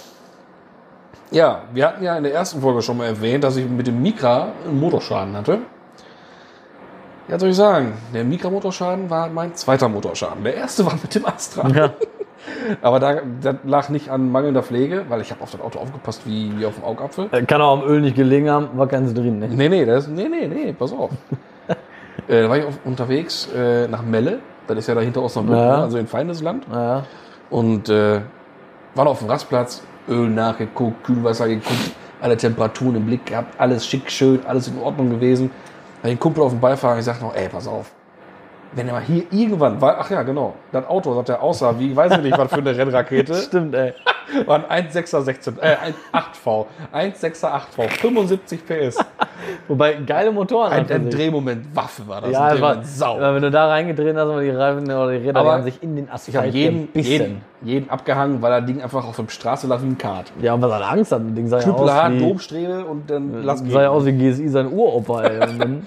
Ja, wir hatten ja in der ersten Folge schon mal erwähnt, dass ich mit dem Micra einen Motorschaden hatte. Ja, soll ich sagen, der Micra-Motorschaden war mein zweiter Motorschaden. Der erste war mit dem Astra. Ja. Aber da, das lag nicht an mangelnder Pflege, weil ich habe auf das Auto aufgepasst wie, wie auf dem Augapfel. Äh, Kann auch am Öl nicht gelegen haben, war ganz drin. Ne? Nee, nee, das, nee, nee, nee, pass auf. äh, da war ich auf, unterwegs äh, nach Melle. Das ist ja dahinter Osnabrück, Ja. ne? also in feindes Land. Naja. Und äh, waren auf dem Rastplatz, Öl nachgeguckt, Kühlwasser geguckt, alle Temperaturen im Blick gehabt, alles schick, schön, alles in Ordnung gewesen. Dann den Kumpel auf dem Beifahrer, ich sag noch, ey, pass auf. Wenn er mal hier irgendwann, weil, ach ja, genau, das Auto, das der aussah, wie, weiß ich nicht, was für eine Rennrakete, Stimmt, ey. war ein 1,6er 16, äh, ein 8V, 1,6er 8V, 75 PS. Wobei, geile Motoren. an Ein, für ein sich. Drehmoment Waffe war das. Ja, ein es war, Drehmoment Sau. weil wenn du da reingedreht hast, waren die Reifen oder die Räder Aber die haben sich in den Ich habe Asphalt jeden, gebissen. jeden, jeden abgehangen, weil das Ding einfach auf der Straße lag wie ein Kart. Ja, weil er Angst hat. Das Ding sah ja Knüppel aus hart, wie, Domstrebe und dann lass sah ja aus wie GSI sein Uropa, ey. Und dann,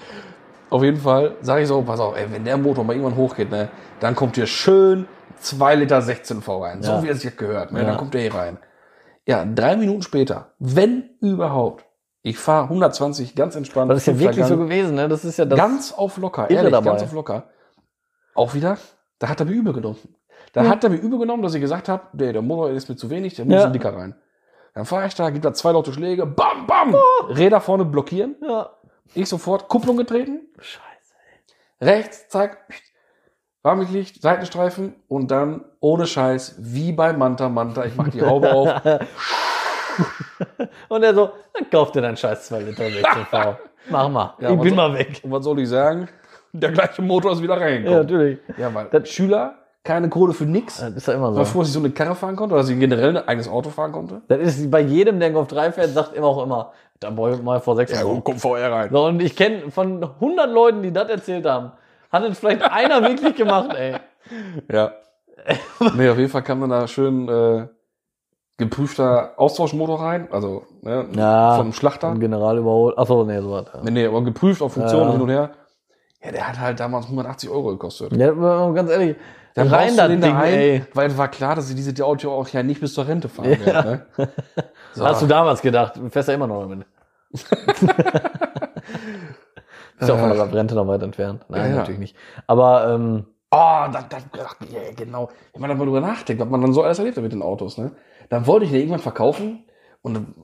Auf jeden Fall sage ich so, pass auf, ey, wenn der Motor mal irgendwann hochgeht, ne, dann kommt hier schön 2 Liter 16 V rein. Ja. So wie es jetzt gehört, ne, Ja. dann kommt der hier rein. Ja, drei Minuten später, wenn überhaupt, ich fahre 120 ganz entspannt. das ist ja fünfter wirklich so Gang, gewesen, ne? Das ist ja das. ganz auf locker, Irre ehrlich, dabei. ganz auf locker. Auch wieder, da hat er mir übel genommen. Da hat er mir übel genommen, dass ich gesagt habe, nee, der Motor ist mir zu wenig, der muss Ja. ein dicker rein. Dann fahre ich da, gibt da zwei laute Schläge, bam, bam, Oh. Räder vorne blockieren. ja. Ich sofort Kupplung getreten, Scheiße. rechts, zack, Warmlicht, Seitenstreifen und dann ohne Scheiß, wie bei Manta Manta, ich mach die Haube auf. Und er so, dann kauf dir deinen scheiß 2 Liter 16V. Mach mal. Ja, ich was bin so- mal weg. Und was soll ich sagen? Der gleiche Motor ist wieder Ja, reingekommen. natürlich. Ja, weil Das- Also. Schüler keine Kohle für nix, Das ist ja immer weil so. vorher sie so eine Karre fahren konnte oder sie generell ein eigenes Auto fahren konnte. Das ist bei jedem, der einen Golf 3 fährt, sagt immer auch immer, da brauche ich mal vor sechs Jahren. komm VR rein. So, und ich kenne von 100 Leuten, die das erzählt haben, hat es vielleicht einer wirklich gemacht, ey. Ja. nee, auf jeden Fall kam dann da schön äh, geprüfter Austauschmotor rein, also ne, Ja. vom Schlachter. Ein General überholt. Achso, nee, so was. Nee, nee, aber geprüft auf Funktionen Ja. hin und her. Ja, der hat halt damals 180 Euro gekostet. Ja, aber ganz ehrlich, Dann rein baust du das den Ding, da ein, ey. weil war klar, dass sie diese die Auto auch ja nicht bis zur Rente fahren Ja. werden. Ne? So. Hast du damals gedacht, du fährst ja immer noch damit. Ist ja auch von der Rente noch weit entfernt. Nein, Äh. Ja, ja. natürlich nicht. Aber ähm, Oh, das, das, ja, genau. Wenn man da mal drüber nachdenkt, was man dann so alles erlebt hat mit den Autos, ne? Dann wollte ich den irgendwann verkaufen und ein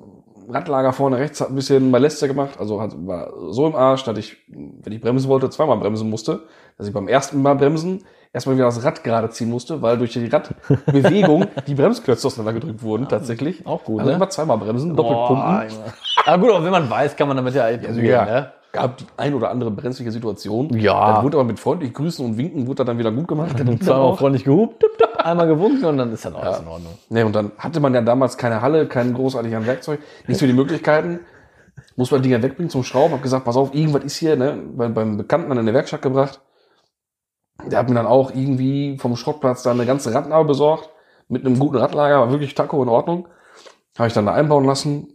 Radlager vorne rechts hat ein bisschen Malester gemacht, also hat, war so im Arsch, dass ich, wenn ich bremsen wollte, zweimal bremsen musste, dass ich beim ersten Mal bremsen erstmal wieder das Rad gerade ziehen musste, weil durch die Radbewegung die Bremsklötze auseinandergedrückt wurden, tatsächlich. Auch gut, Also ne? immer zweimal bremsen, Boah, doppelt pumpen. Junge. Aber gut, aber wenn man weiß, kann man damit ja eigentlich Also umgehen, ja, ne? gab die ein oder andere brenzlige Situation. Ja. Dann wurde aber mit freundlich Grüßen und Winken wurde das dann wieder gut gemacht. Zweimal freundlich gehupt, tipp, tipp, einmal gewunken und dann ist dann alles in Ordnung. Ne, und dann hatte man ja damals keine Halle, kein großartig an Werkzeug, nichts für die Möglichkeiten. Muss man Dinger wegbringen zum Schrauben, hab gesagt, pass auf, irgendwas ist hier, ne, bei, beim Bekannten dann in der Werkstatt gebracht. Der hat mir dann auch irgendwie vom Schrottplatz da eine ganze Radnabe besorgt, mit einem guten Radlager, war wirklich Taco in Ordnung. Habe ich dann da einbauen lassen.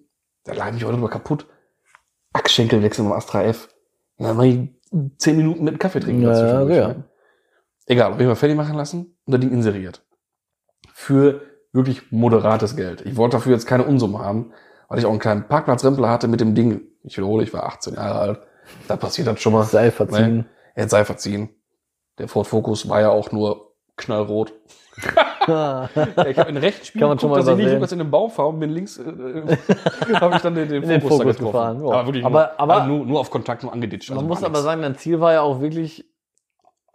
Da lag mich auch drüber kaputt. Achsschenkelwechsel im Astra F. Ja, mach ich zehn Minuten mit Kaffee trinken. Ja, dazwischen. ja. ne? Egal, auf jeden Fall fertig machen lassen und das Ding inseriert. Für wirklich moderates Geld. Ich wollte dafür jetzt keine Unsumme haben, weil ich auch einen kleinen Parkplatzrempler hatte mit dem Ding. Ich wiederhole, ich war 18 Jahre alt. Da passiert das schon mal. Seil verziehen. Er hat sei verziehen. Der Ford Focus war ja auch nur knallrot. Ja, ich habe in rechten Spiel Kann man schon mal dass ich nicht übersehen. rückwärts in den Baum fahre und bin links äh, äh, habe ich dann den, den In den Fokus, da Focus getroffen. gefahren, ja. Aber wirklich Aber- nur, aber- also nur, nur auf Kontakt, nur angeditscht. Man also muss war aber nix. sagen, dein Ziel war ja auch wirklich,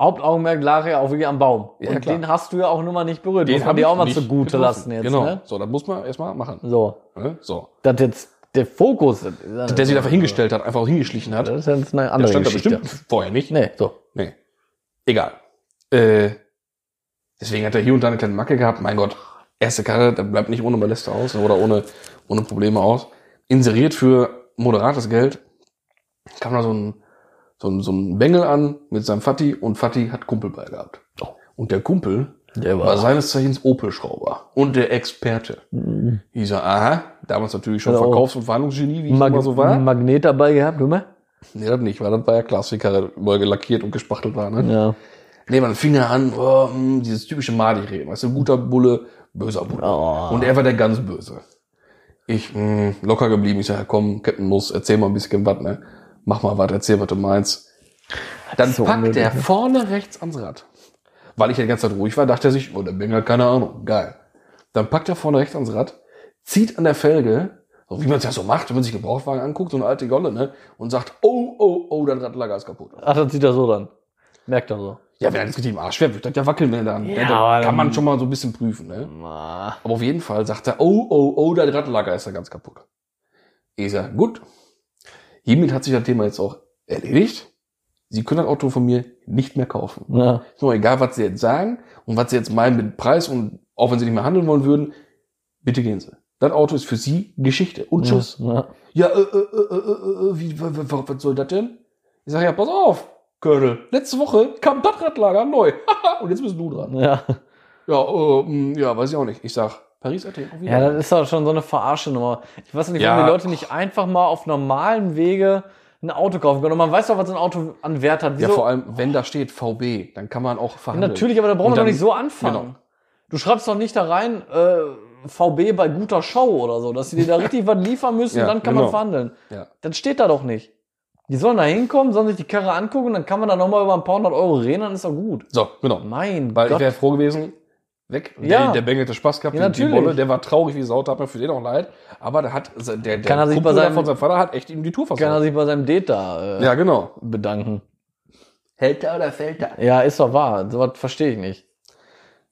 Hauptaugenmerk lag ja auch wirklich am Baum. Ja, und klar. den hast du ja auch nun mal nicht berührt. muss man hab dir ich auch mal nicht zugute getroffen. lassen jetzt. Genau, Ne? so, das muss man erstmal machen. So, ne? So. dass jetzt der Fokus... Der, Der sich einfach hingestellt hat, einfach hingeschlichen hat. Das ist jetzt eine Der andere stand da Geschichte. bestimmt vorher nicht. Nee, so. Nee. Egal. Äh, deswegen hat er hier und da eine kleine Macke gehabt. Mein Gott, erste Karre, da bleibt nicht ohne Balleste aus oder ohne, ohne Probleme aus. Inseriert für moderates Geld kam da so ein, so ein, so ein Bengel an mit seinem Fatti und Fatti hat Kumpel bei gehabt. Oh. Und der Kumpel Der war seines Zeichens Opel-Schrauber und der Experte. Mhm. Ich sag, aha, damals natürlich schon Hat er auch Verkaufs- und Verhandlungsgenie, wie ich Mag immer so war. Magnet dabei gehabt, oder? Nee, das nicht, weil das war ja Klassiker, überall gelackiert und gespachtelt war. Ne? Ja. Nee, man fing ja an, oh, hm, dieses typische Madi-Reden, weißt du, guter Bulle, böser Bulle. Oh. Und er war der ganz Böse. Ich, hm, locker geblieben, ich sag, komm, Captain Nuss, erzähl mal ein bisschen was, ne? Mach mal was, erzähl, was du meinst. Dann ist so packt unnötig, er ne? vorne rechts ans Rad. Weil ich ja die ganze Zeit ruhig war, dachte er sich, oh, der Bengel, keine Ahnung, geil. Dann packt er vorne rechts ans Rad, zieht an der Felge, so wie man es ja so macht, wenn man sich Gebrauchtwagen anguckt, so eine alte Jolle, ne? Und sagt, oh, oh, oh, dein Radlager ist kaputt. Ach, dann sieht er so dann. Merkt er so. Ja, wenn er das richtig im Arsch wäre, würde das ja wackeln, wenn er dann. Ja, ne, aber dann kann dann- man schon mal so ein bisschen prüfen, ne? Na. Aber auf jeden Fall sagt er, oh, oh, oh, dein Radlager ist ja ganz kaputt. Ich sag, gut. Hiermit hat sich das Thema jetzt auch erledigt. Sie können das Auto von mir nicht mehr kaufen. Ja. Ist mir egal, was Sie jetzt sagen und was Sie jetzt meinen mit Preis und auch wenn Sie nicht mehr handeln wollen würden, bitte gehen Sie. Das Auto ist für Sie Geschichte Mhm. und Tschüss. Ja. Ja, äh, äh, äh, äh, äh, wie, wa- wa- wa- was soll das denn? Ich sag ja, pass auf, Körnel. Letzte Woche kam das Radlager neu. und jetzt bist du dran. ne? Ja. Ja, äh, mh, ja, weiß ich auch nicht. Ich sag, Paris, Athen, auf Ja, Wiedersehen. das ist doch schon so eine verarsche Nummer. Ich weiß nicht, warum Ja. die Leute nicht einfach mal auf normalem Wege ein Auto kaufen können. Und man weiß doch, was so ein Auto an Wert hat. Ja, Wieso? vor allem, wenn da steht VB, dann kann man auch verhandeln. Natürlich, aber da brauchen Und wir doch dann- nicht so anfangen. Genau. Du schreibst doch nicht da rein, äh, VB bei guter Show oder so, dass sie dir da richtig was liefern müssen, Ja, dann kann man genau. verhandeln. Ja. Das steht da doch nicht. Die sollen da hinkommen, sollen sich die Karre angucken, dann kann man da nochmal über ein paar hundert Euro reden, dann ist doch gut. So, genau. Mein Weil ich Gott. wäre froh gewesen, weg. Ja. Der, der Bengel hatte Spaß gehabt, Ja, die- die natürlich. Bolle, der war traurig wie Sau, tat mir für den auch leid. Aber der hat, der, der Kann er sich Kumpel bei seinem- da von seinem Vater hat echt ihm die Tour kann er versaut. sich bei seinem Date da äh, Ja, genau. bedanken. Hält er oder fällt er? Ja, ist doch wahr. Sowas verstehe ich nicht.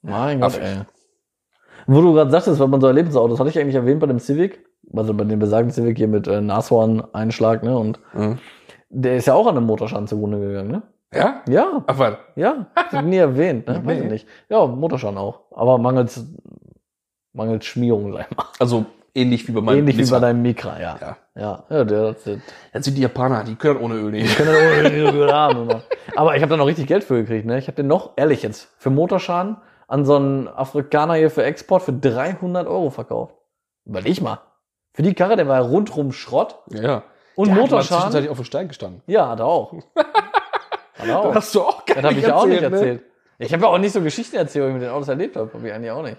Mein Gott, Affig. ey. Wo du gerade sagtest, was man so erlebt, so Autos, hatte ich eigentlich erwähnt bei dem Civic, also bei dem besagten Civic hier mit äh, Nashorn-Einschlag, ne? Und Mhm. der ist ja auch an einem Motorstand zugrunde gegangen, ne? Ja? Ja, Ach, was? ja. Das wird nie erwähnt, ne? Weiß Nee. ich nicht. Ja, Mutterschan auch. Aber mangels, mangels Schmierung, sag ich mal. Also ähnlich wie bei meinem Ähnlich Nissan. wie bei deinem Mikra, ja. Ja. Ja, ja der, der, Das sind die Japaner, die können das ohne Öl nicht. Ich kann das auch irgendwie so gut haben immer. Aber ich habe da noch richtig Geld für gekriegt, ne? Ich habe den noch, ehrlich jetzt, für Motorschaden an so einen Afrikaner hier für Export für 300 Euro verkauft. Überleg mal. Für die Karre, der war ja rundrum Schrott Ja, ja. und Der hat mal Motorschaden. zwischenzeitlich auf dem Stein gestanden. Ja, hat er auch. Hat er auch. Das, du auch gar habe ich ja auch nicht ne? erzählt. Ich habe ja auch nicht so Geschichten erzählt, wie ich mit den Autos erlebt habe. Hab ich eigentlich auch nicht.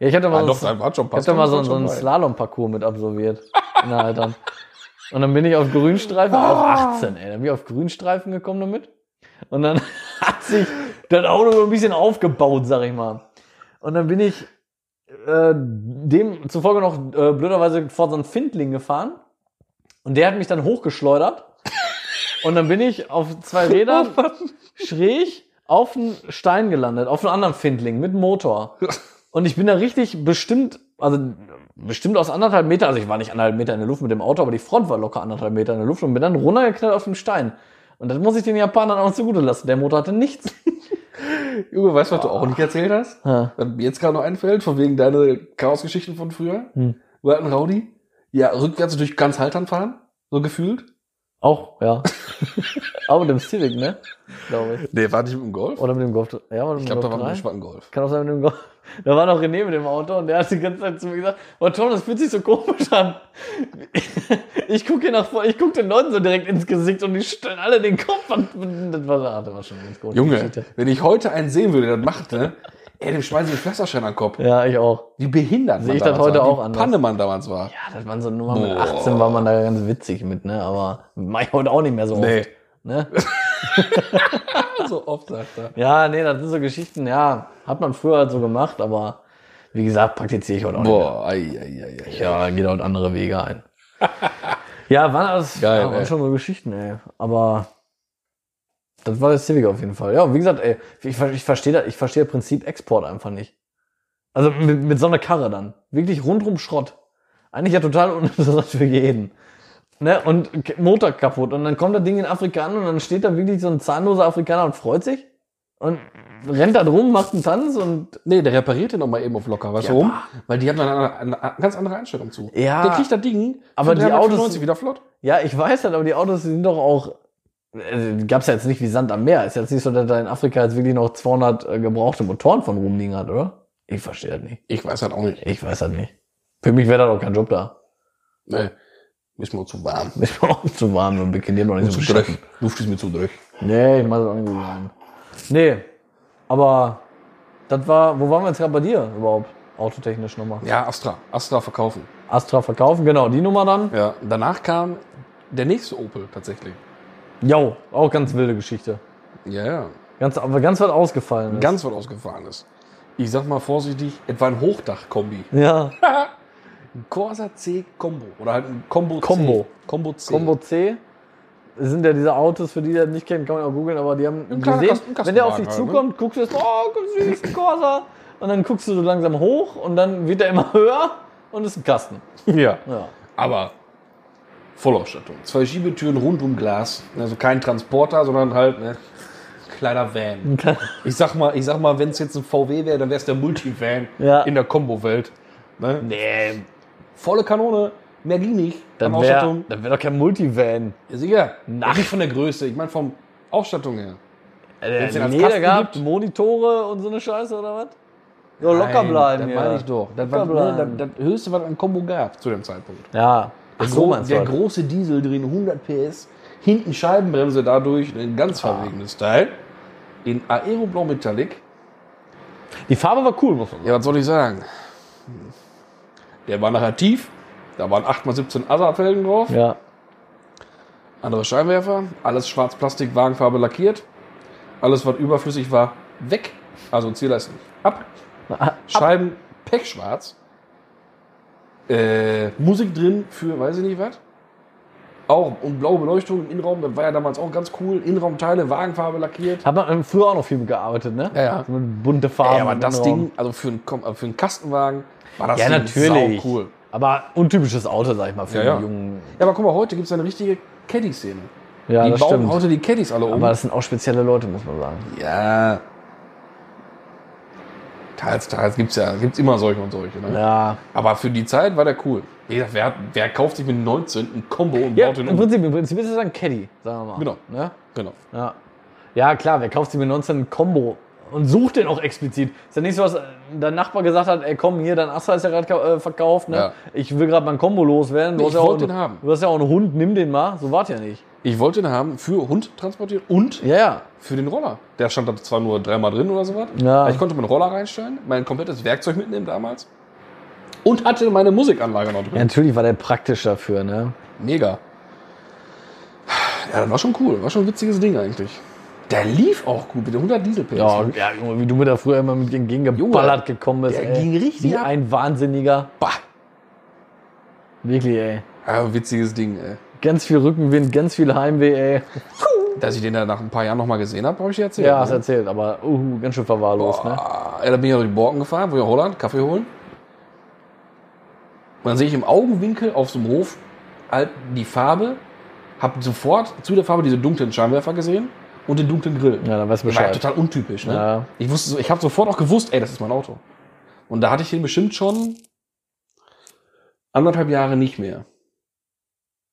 Ja, ich hatte Ah, mal doch, so, da war schon ich hab da mal so, so einen Slap. Slalom-Parcours mit absolviert. Na, halt dann. Und dann bin ich auf Grünstreifen, auch 18, ey. Dann bin ich auf Grünstreifen gekommen damit. Und dann hat sich das Auto so ein bisschen aufgebaut, sag ich mal. Und dann bin ich äh, dem zufolge noch äh, blöderweise vor so einen Findling gefahren. Und der hat mich dann hochgeschleudert. Und dann bin ich auf zwei Rädern schräg auf einen Stein gelandet, auf einen anderen Findling mit Motor. Und ich bin da richtig bestimmt, also bestimmt aus anderthalb Meter, also ich war nicht anderthalb Meter in der Luft mit dem Auto, aber die Front war locker anderthalb Meter in der Luft und bin dann runtergeknallt auf den Stein. Und das muss ich den Japanern auch zugute lassen. Der Motor hatte nichts. Junge, weißt du, was du auch nicht erzählt hast? Ha. Was mir jetzt gerade noch einfällt, von wegen deine Chaosgeschichten von früher. Hm. Wir hatten Rowdy. Ja, rückwärts durch ganz Haltern fahren. So gefühlt. Auch, ja. aber mit dem Civic, ne? Glaube ich. Nee, war nicht mit dem Golf. Oder mit dem Golf. Ja, mit dem ich glaube, da Golf war drei. mit dem Golf. Kann auch sein, mit dem Golf. Da war noch René mit dem Auto und der hat die ganze Zeit zu mir gesagt, oh Tom, das fühlt sich so komisch an. Ich gucke hier nach vorne, ich gucke den Leuten so direkt ins Gesicht und die stellen alle den Kopf an. Das war, ah, das war schon eine ganz komisch. Junge, wenn ich heute einen sehen würde, der das macht, ne? Ey, dem schmeißen sie den Pflasterschein an den Kopf. Ja, ich auch. Wie behindert Sehe ich damals das heute war, auch wie anders. Panne man damals war. Ja, das waren so Nummern mit Boah. 18 war man da ganz witzig mit, ne? Aber mach ich heute auch nicht mehr so oft. Nee. Ne? so oft sagt er. Ja, nee, das sind so Geschichten, ja, hat man früher halt so gemacht, aber wie gesagt, praktiziere ich heute auch nicht. Boah, ei, ei, ei, ei. Ja, geht halt andere Wege ein. ja, waren, alles, Geil, ja, waren ey. schon so Geschichten, ey. Aber das war das Civic auf jeden Fall. Ja, und wie gesagt, ey, ich, ver- ich verstehe das, ich verstehe das Prinzip Export einfach nicht. Also mit, mit so einer Karre dann. Wirklich rundrum Schrott. Eigentlich ja total uninteressant für jeden. Ne? Und K- Motor kaputt. Und dann kommt das Ding in Afrika an und dann steht da wirklich so ein zahnloser Afrikaner und freut sich. Und rennt da drum, macht einen Tanz und Nee, der repariert den noch mal eben auf locker. Weißt du Ja, warum? Weil die haben dann eine, eine, eine ganz andere Einstellung zu. Ja. Der kriegt das Ding Aber für die 395 Autos- wieder flott. Ja, ich weiß halt, aber die Autos die sind doch auch. Äh, gab's ja jetzt nicht wie Sand am Meer. Ist jetzt nicht so, dass da in Afrika jetzt wirklich noch 200 äh, gebrauchte Motoren von rumliegen hat, oder? Ich verstehe das nicht. Ich weiß halt auch nicht. Ich weiß das nicht. Für mich wäre da doch kein Job da. Nee. Ist mir zu warm. Mich war auch zu warm und bekiniert noch nicht so beschissen. Luft ist mir zu dreck. Nee, ich mach das auch nicht so warm. Nee, aber das war, wo waren wir jetzt gerade bei dir überhaupt? Autotechnisch nochmal. Ja, Astra. Astra verkaufen. Astra verkaufen, genau, die Nummer dann. Ja. Danach kam der nächste Opel tatsächlich. Jo, auch ganz wilde Geschichte. Ja, ja. Ganz, aber ganz weit ausgefallen. Ist. Ganz weit ausgefahren ist. Ich sag mal vorsichtig, etwa ein Hochdach-Kombi. Ja, Ein Corsa C Combo. Oder halt ein Combo C. Combo. Combo C. Combo C sind ja diese Autos, für die ihr das nicht kennt, kann man auch googeln, aber die haben Ein kleiner gesehen, Kasten- Kastenwagen wenn der auf dich halt, ne? zukommt, guckst du erst, oh, guck süß, ein Corsa. Und dann guckst du so langsam hoch und dann wird er immer höher und ist ein Kasten. Ja. Ja. Aber Vollausstattung. Zwei Schiebetüren rund um Glas. Also kein Transporter, sondern halt ne, kleiner Van. Ich sag mal, ich sag mal, wenn es jetzt ein VW wäre, dann wäre es der Multivan Ja. in der Combo-Welt. Ne? Nee, Volle Kanone, mehr ging nicht. das an wäre Ausstattung. wär doch kein Multivan. Ja, sicher. Na. Nicht von der Größe, ich meine vom Ausstattung her. Äh, den als nee, da Kasten gehabt, gibt? Monitore und so eine Scheiße oder was? So locker Nein, bleiben, Das ja. meine ich doch. Das war Locker ne, bleiben. das, das höchste, was an Combo gab zu dem Zeitpunkt. Ja, Der, Ach, so gro- meinst du der das. große Diesel drin, 100 PS, hinten Scheibenbremse dadurch, ein ganz verwegenes Teil. In Aeroblau Metallic. Die Farbe war cool, muss man sagen. Ja, was soll ich sagen? Der war nachher tief, da waren 8x17 Asa-Felgen drauf, Ja. andere Scheinwerfer, alles schwarz-plastik, Wagenfarbe lackiert, alles, was überflüssig war, weg. Also Zielleistung ab. Scheiben pechschwarz. Äh, Musik drin für weiß ich nicht was. Auch und blaue Beleuchtung im Innenraum, das war ja damals auch ganz cool. Innenraumteile, Wagenfarbe lackiert. Hat man früher auch noch viel gearbeitet, ne? Ja, ja. So mit bunte Farben. aber im das Innenraum. Ding, also für einen, Kom- äh, für einen Kastenwagen, war das Ja, Ding natürlich. cool. Aber untypisches Auto, sag ich mal, für Ja, ja. einen jungen. Ja, aber guck mal, heute gibt es eine richtige Caddy-Szene. Ja, die das bauen stimmt. heute die Caddies alle um. Aber das sind auch spezielle Leute, muss man sagen. ja. Teils, teils gibt's ja, gibt's immer solche und solche. Ne? Ja. Aber für die Zeit war der cool. Wie gesagt, wer, wer kauft sich mit 19 ein Combo und Ja, baut den im um? Prinzip, im Prinzip ist es ein Caddy, sagen wir mal. Genau. Ja, Genau. ja. ja klar, wer kauft sich mit 19 ein Combo und sucht den auch explizit? Ist ja nicht so, dass dein Nachbar gesagt hat, ey komm, hier, dein Astra ist ja gerade ka- äh, verkauft, ne? Ja. Ich will gerade mein Combo loswerden. Nee, hast ich ja auch wollte einen- den haben. Du hast ja auch einen Hund, nimm den mal. So war's ja nicht. Ich wollte den haben für Hund transportiert und Ja, ja. für den Roller. Der stand da zwar nur dreimal drin oder sowas. Ja. aber Ich konnte meinen Roller reinstellen, mein komplettes Werkzeug mitnehmen damals. Und hatte meine Musikanlage noch drin. Ja, natürlich war der praktisch dafür, ne? Mega. Ja, das war schon cool. War schon ein witziges Ding eigentlich. Der lief auch gut mit den 100 diesel -PS. Ja, ja, Junge, wie du mir da früher immer mit entgegengeballert gekommen bist. der ging richtig Wie ab. ein Wahnsinniger. Bah. Wirklich, ey. Ja, ein witziges Ding, ey. Ganz viel Rückenwind, ganz viel Heimweh, ey. Dass ich den da nach ein paar Jahren nochmal gesehen habe, habe ich dir erzählt. Ja, hast ne? erzählt, aber uh, ganz schön verwahrlost, ne? Ah, ja, da bin ich durch die Borken gefahren, wo ich Holland, Kaffee holen. Und dann sehe ich im Augenwinkel auf so einem Hof halt die Farbe, habe sofort zu der Farbe diese dunklen Scheinwerfer gesehen und den dunklen Grill. Ja, dann weißt du Das war ja Bescheid. total untypisch. Ne? Ja. Ich, wusste, so- ich habe sofort auch gewusst, ey, das ist mein Auto. Und da hatte ich den bestimmt schon anderthalb Jahre nicht mehr.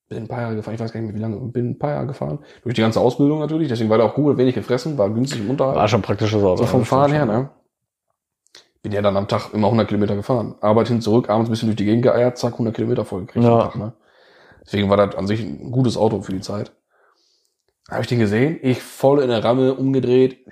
Bin ein paar Jahre gefahren, ich weiß gar nicht mehr wie lange, bin ein paar Jahre gefahren. Durch die ganze Ausbildung natürlich, deswegen war der auch gut, wenig gefressen, war günstig im Unterhalt. War schon praktisches Auto. So vom Das Fahren stimmt her, schon. ne? Bin ja dann am Tag immer 100 Kilometer gefahren. Arbeit hin, zurück, abends ein bisschen durch die Gegend geeiert, zack, 100 Kilometer vollgekriegt Ja. am Tag, ne? Deswegen war das an sich ein gutes Auto für die Zeit. Habe ich den gesehen? Ich voll in der Ramme umgedreht.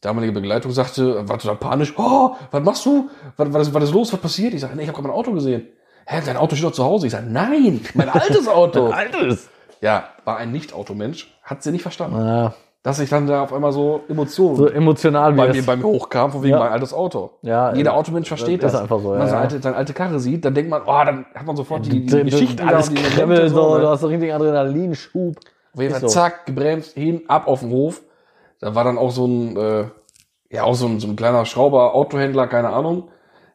Damalige Begleitung sagte, war total panisch, oh, was machst du? Was, was, was ist los? Was passiert? Ich sage, nee, ich habe gerade mein Auto gesehen. Hä, dein Auto steht doch zu Hause. Ich sage, nein, mein altes Auto. Altes! ja, war ein Nicht-Automensch. Hat sie nicht verstanden. Ja, Dass ich dann da auf einmal so Emotionen so emotional bei wie mir, das. bei mir hochkam, von wegen Ja. mein altes Auto. Ja, Jeder äh, Automensch versteht das das. ist einfach so, Wenn ja, man seine ja. alte, seine alte Karre sieht, dann denkt man, oh, dann hat man sofort die, die Drin- Geschichten. da alles und die kribbelt Momente so, ne? du hast so richtig Adrenalinschub. Auf jeden Fall, Ist so. zack, gebremst, hin, ab auf den Hof. Da war dann auch so ein, äh, ja, auch so ein, so ein kleiner Schrauber, Autohändler, keine Ahnung.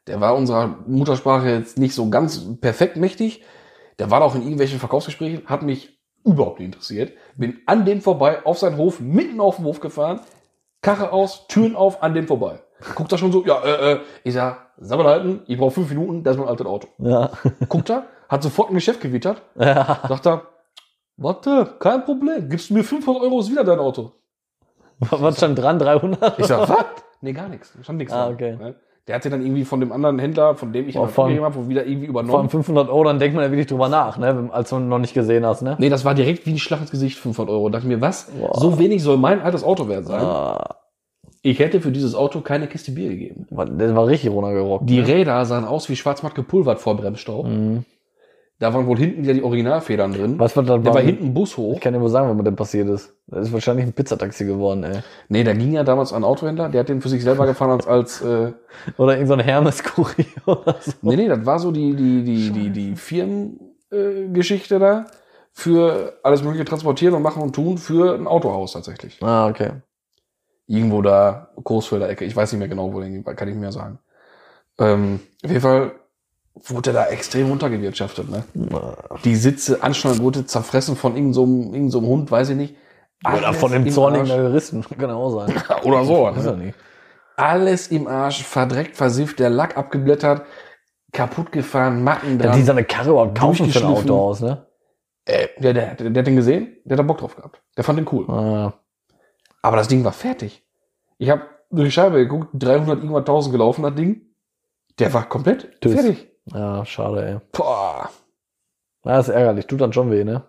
Der war unserer Muttersprache jetzt nicht so ganz perfekt mächtig. Der war auch in irgendwelchen Verkaufsgesprächen, hat mich überhaupt nicht interessiert. Bin an dem vorbei, auf seinen Hof, mitten auf den Hof gefahren, Karre aus, Türen auf, an dem vorbei. Guckt da schon so, ja, äh, äh, ich sag, sag mal halten, ich brauche fünf Minuten, das ist mein altes Auto. Ja. Guckt er, hat sofort ein Geschäft gewittert, sagt er, warte, kein Problem, gibst du mir 500 Euro, ist wieder dein Auto. Was stand dran? 300? Ich sag, was? Nee, gar nichts, stand nichts Ah, dran. okay. Ne? Der hat den dann irgendwie von dem anderen Händler, von dem ich ihn Oh, von- abgegeben habe, wo wieder irgendwie Vor allem übernommen. 500 Euro, dann denkt man ja wirklich drüber nach, ne? wenn- Als du ihn noch nicht gesehen hast, ne? Nee, das war direkt wie ein Schlag ins Gesicht, 500 Euro. Dachte mir, was? So wenig soll mein altes Auto wert sein. Ah, Ich hätte für dieses Auto keine Kiste Bier gegeben. war- der war richtig runtergerockt. ne? Die Räder sahen aus wie schwarzmatt gepulvert vor Bremsstaub. Mhm. Da waren wohl hinten wieder die Originalfedern drin. Was war da Der war hinten Bus Ich hoch. kann dir wohl sagen, was mit dem passiert ist. Das ist wahrscheinlich ein Pizzataxi geworden, ey. Nee, da ging ja damals ein Autohändler, der hat den für sich selber gefahren als, als äh, Oder irgendein so ein Hermes-Kurier oder so. Nee, nee, das war so die, die, die, die, die Firmengeschichte äh, Geschichte da für alles mögliche transportieren und machen und tun für ein Autohaus tatsächlich. Ah, okay. Irgendwo da, Großfelder Ecke, ich weiß nicht mehr genau, wo den, kann ich nicht mehr sagen. Ähm, auf jeden Fall wurde der da extrem runtergewirtschaftet, ne? Die Sitze, Anschnallgurte zerfressen von irgendeinem so einem- irgend so einem Hund, weiß ich nicht. Oder Alles von dem im Zornigen Arsch. gerissen. Kann auch sein. Oder so. Weiß Ne? er nicht. Alles im Arsch, verdreckt, versifft, der Lack abgeblättert, kaputt gefahren, Macken Ja, dran. die seine Karre überhaupt kaufen für ein Durchgeschliffen. Auto aus, ne? Äh, der, der, der, der hat den gesehen, der hat da Bock drauf gehabt. Der fand den cool. Ah, Aber das Ding war fertig. Ich habe durch die Scheibe geguckt, 300 irgendwann 1000 gelaufen, das Ding. Der war komplett Tschüss. fertig. ja, schade, ey. Boah, Ja, ist ärgerlich. Tut dann schon weh, ne?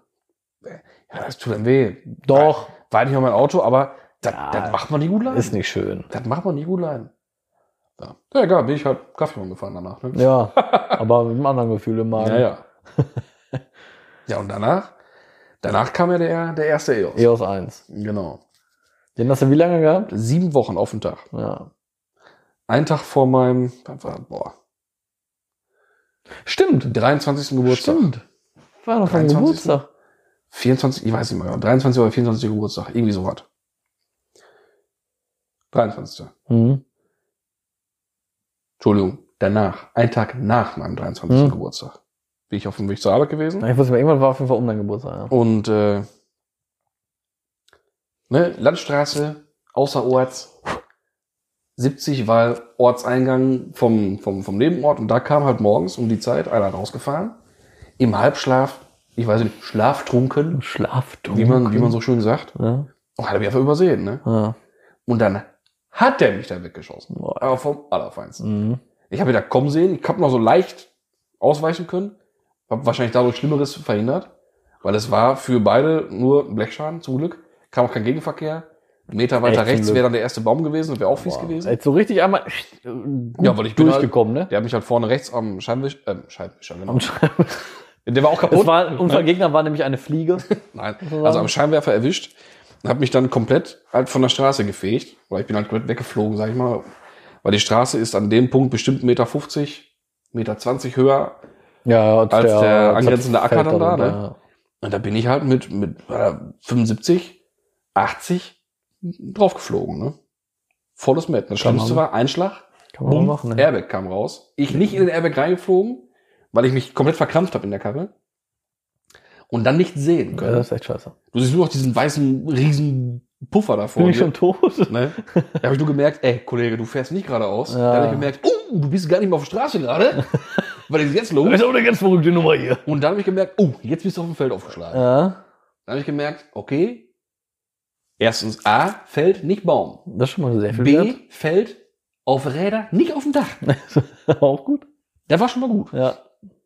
ja, das tut dann weh. Doch. War nicht mehr mein Auto, aber das, Ja, das macht man nicht gut leiden. Ist nicht schön. Das macht man nicht gut leiden. Ja, ja egal, bin ich halt Kaffee holen gefahren danach. Ne? Ja. aber mit einem anderen Gefühl im Magen. ja. Ja, ja und danach? Danach kam ja der, der erste EOS. EOS 1. Genau. E Den hast du wie lange gehabt? Sieben Wochen auf den Tag. Ja. Einen Tag vor meinem, boah, Stimmt. 23. Geburtstag. Stimmt. War doch mein 23.. Geburtstag. 24, ich weiß nicht mehr, 23 oder 24. Geburtstag, irgendwie sowas. 23. Mhm. Entschuldigung, danach, ein Tag nach meinem 23. Hm. Geburtstag, bin ich auf dem Weg zur Arbeit gewesen. Ich wusste mal, irgendwann war auf jeden Fall um deinen Geburtstag, ja. Und äh, Ne? Landstraße, außerorts, 70 war Ortseingang vom, vom, vom Nebenort und da kam halt morgens um die Zeit einer rausgefahren, im Halbschlaf, ich weiß nicht, schlaftrunken, Schlafdunkel. wie man, wie man so schön sagt, Ja. und hat er mich einfach übersehen. Ne? ja. Und dann hat er mich da weggeschossen. Boah. Aber vom Allerfeinsten. Mhm. Ich habe ihn da kommen sehen, ich habe noch so leicht ausweichen können, habe wahrscheinlich dadurch Schlimmeres verhindert, weil es war für beide nur ein Blechschaden, zum Glück. Kam auch kein Gegenverkehr. Einen Meter Echt weiter zum rechts Glück. wäre dann der erste Baum gewesen und wäre auch fies Boah. gewesen. Jetzt so richtig einmal äh, gut Ja, weil ich bin durchgekommen, ne? Der hat mich halt vorne rechts am Scheinwisch, ähm, Scheinwischer, genau. Am Schreiben. Der war auch Es kaputt. war, unser Gegner war nämlich eine Fliege. Nein, war- also am Scheinwerfer erwischt und habe mich dann komplett halt von der Straße gefegt. Oder ich bin halt komplett weggeflogen, sag ich mal. Weil die Straße ist an dem Punkt bestimmt 1,50 Meter, 1,20 Meter höher Ja, Als der der angrenzende Acker dann da, ne? Und da bin ich halt mit, mit äh, 75, 80 draufgeflogen, ne? Volles Met. Das Kann man- Schlimmste war Einschlag, Kann man Bumm, machen, ne? Airbag kam raus. Ich nicht in den Airbag reingeflogen, weil ich mich komplett verkrampft habe in der Karre. Und dann nichts sehen Ja, können. das ist echt scheiße. Du siehst nur noch diesen weißen, riesen Puffer da vor Bin ich dir. schon tot? Ne? Da habe ich nur gemerkt, ey, Kollege, du fährst nicht geradeaus. Ja. Da habe ich gemerkt, oh, du bist gar nicht mehr auf der Straße gerade. Was ist jetzt los? ist auch eine ganz verrückte Nummer hier. Und dann habe ich gemerkt, oh, jetzt bist du auf dem Feld aufgeschlagen. Ja, Dann habe ich gemerkt, okay, erstens A, fällt nicht Baum. das ist schon mal sehr viel B, fällt auf Räder, nicht auf dem Dach. wert. auch gut. Das war schon mal gut. Ja.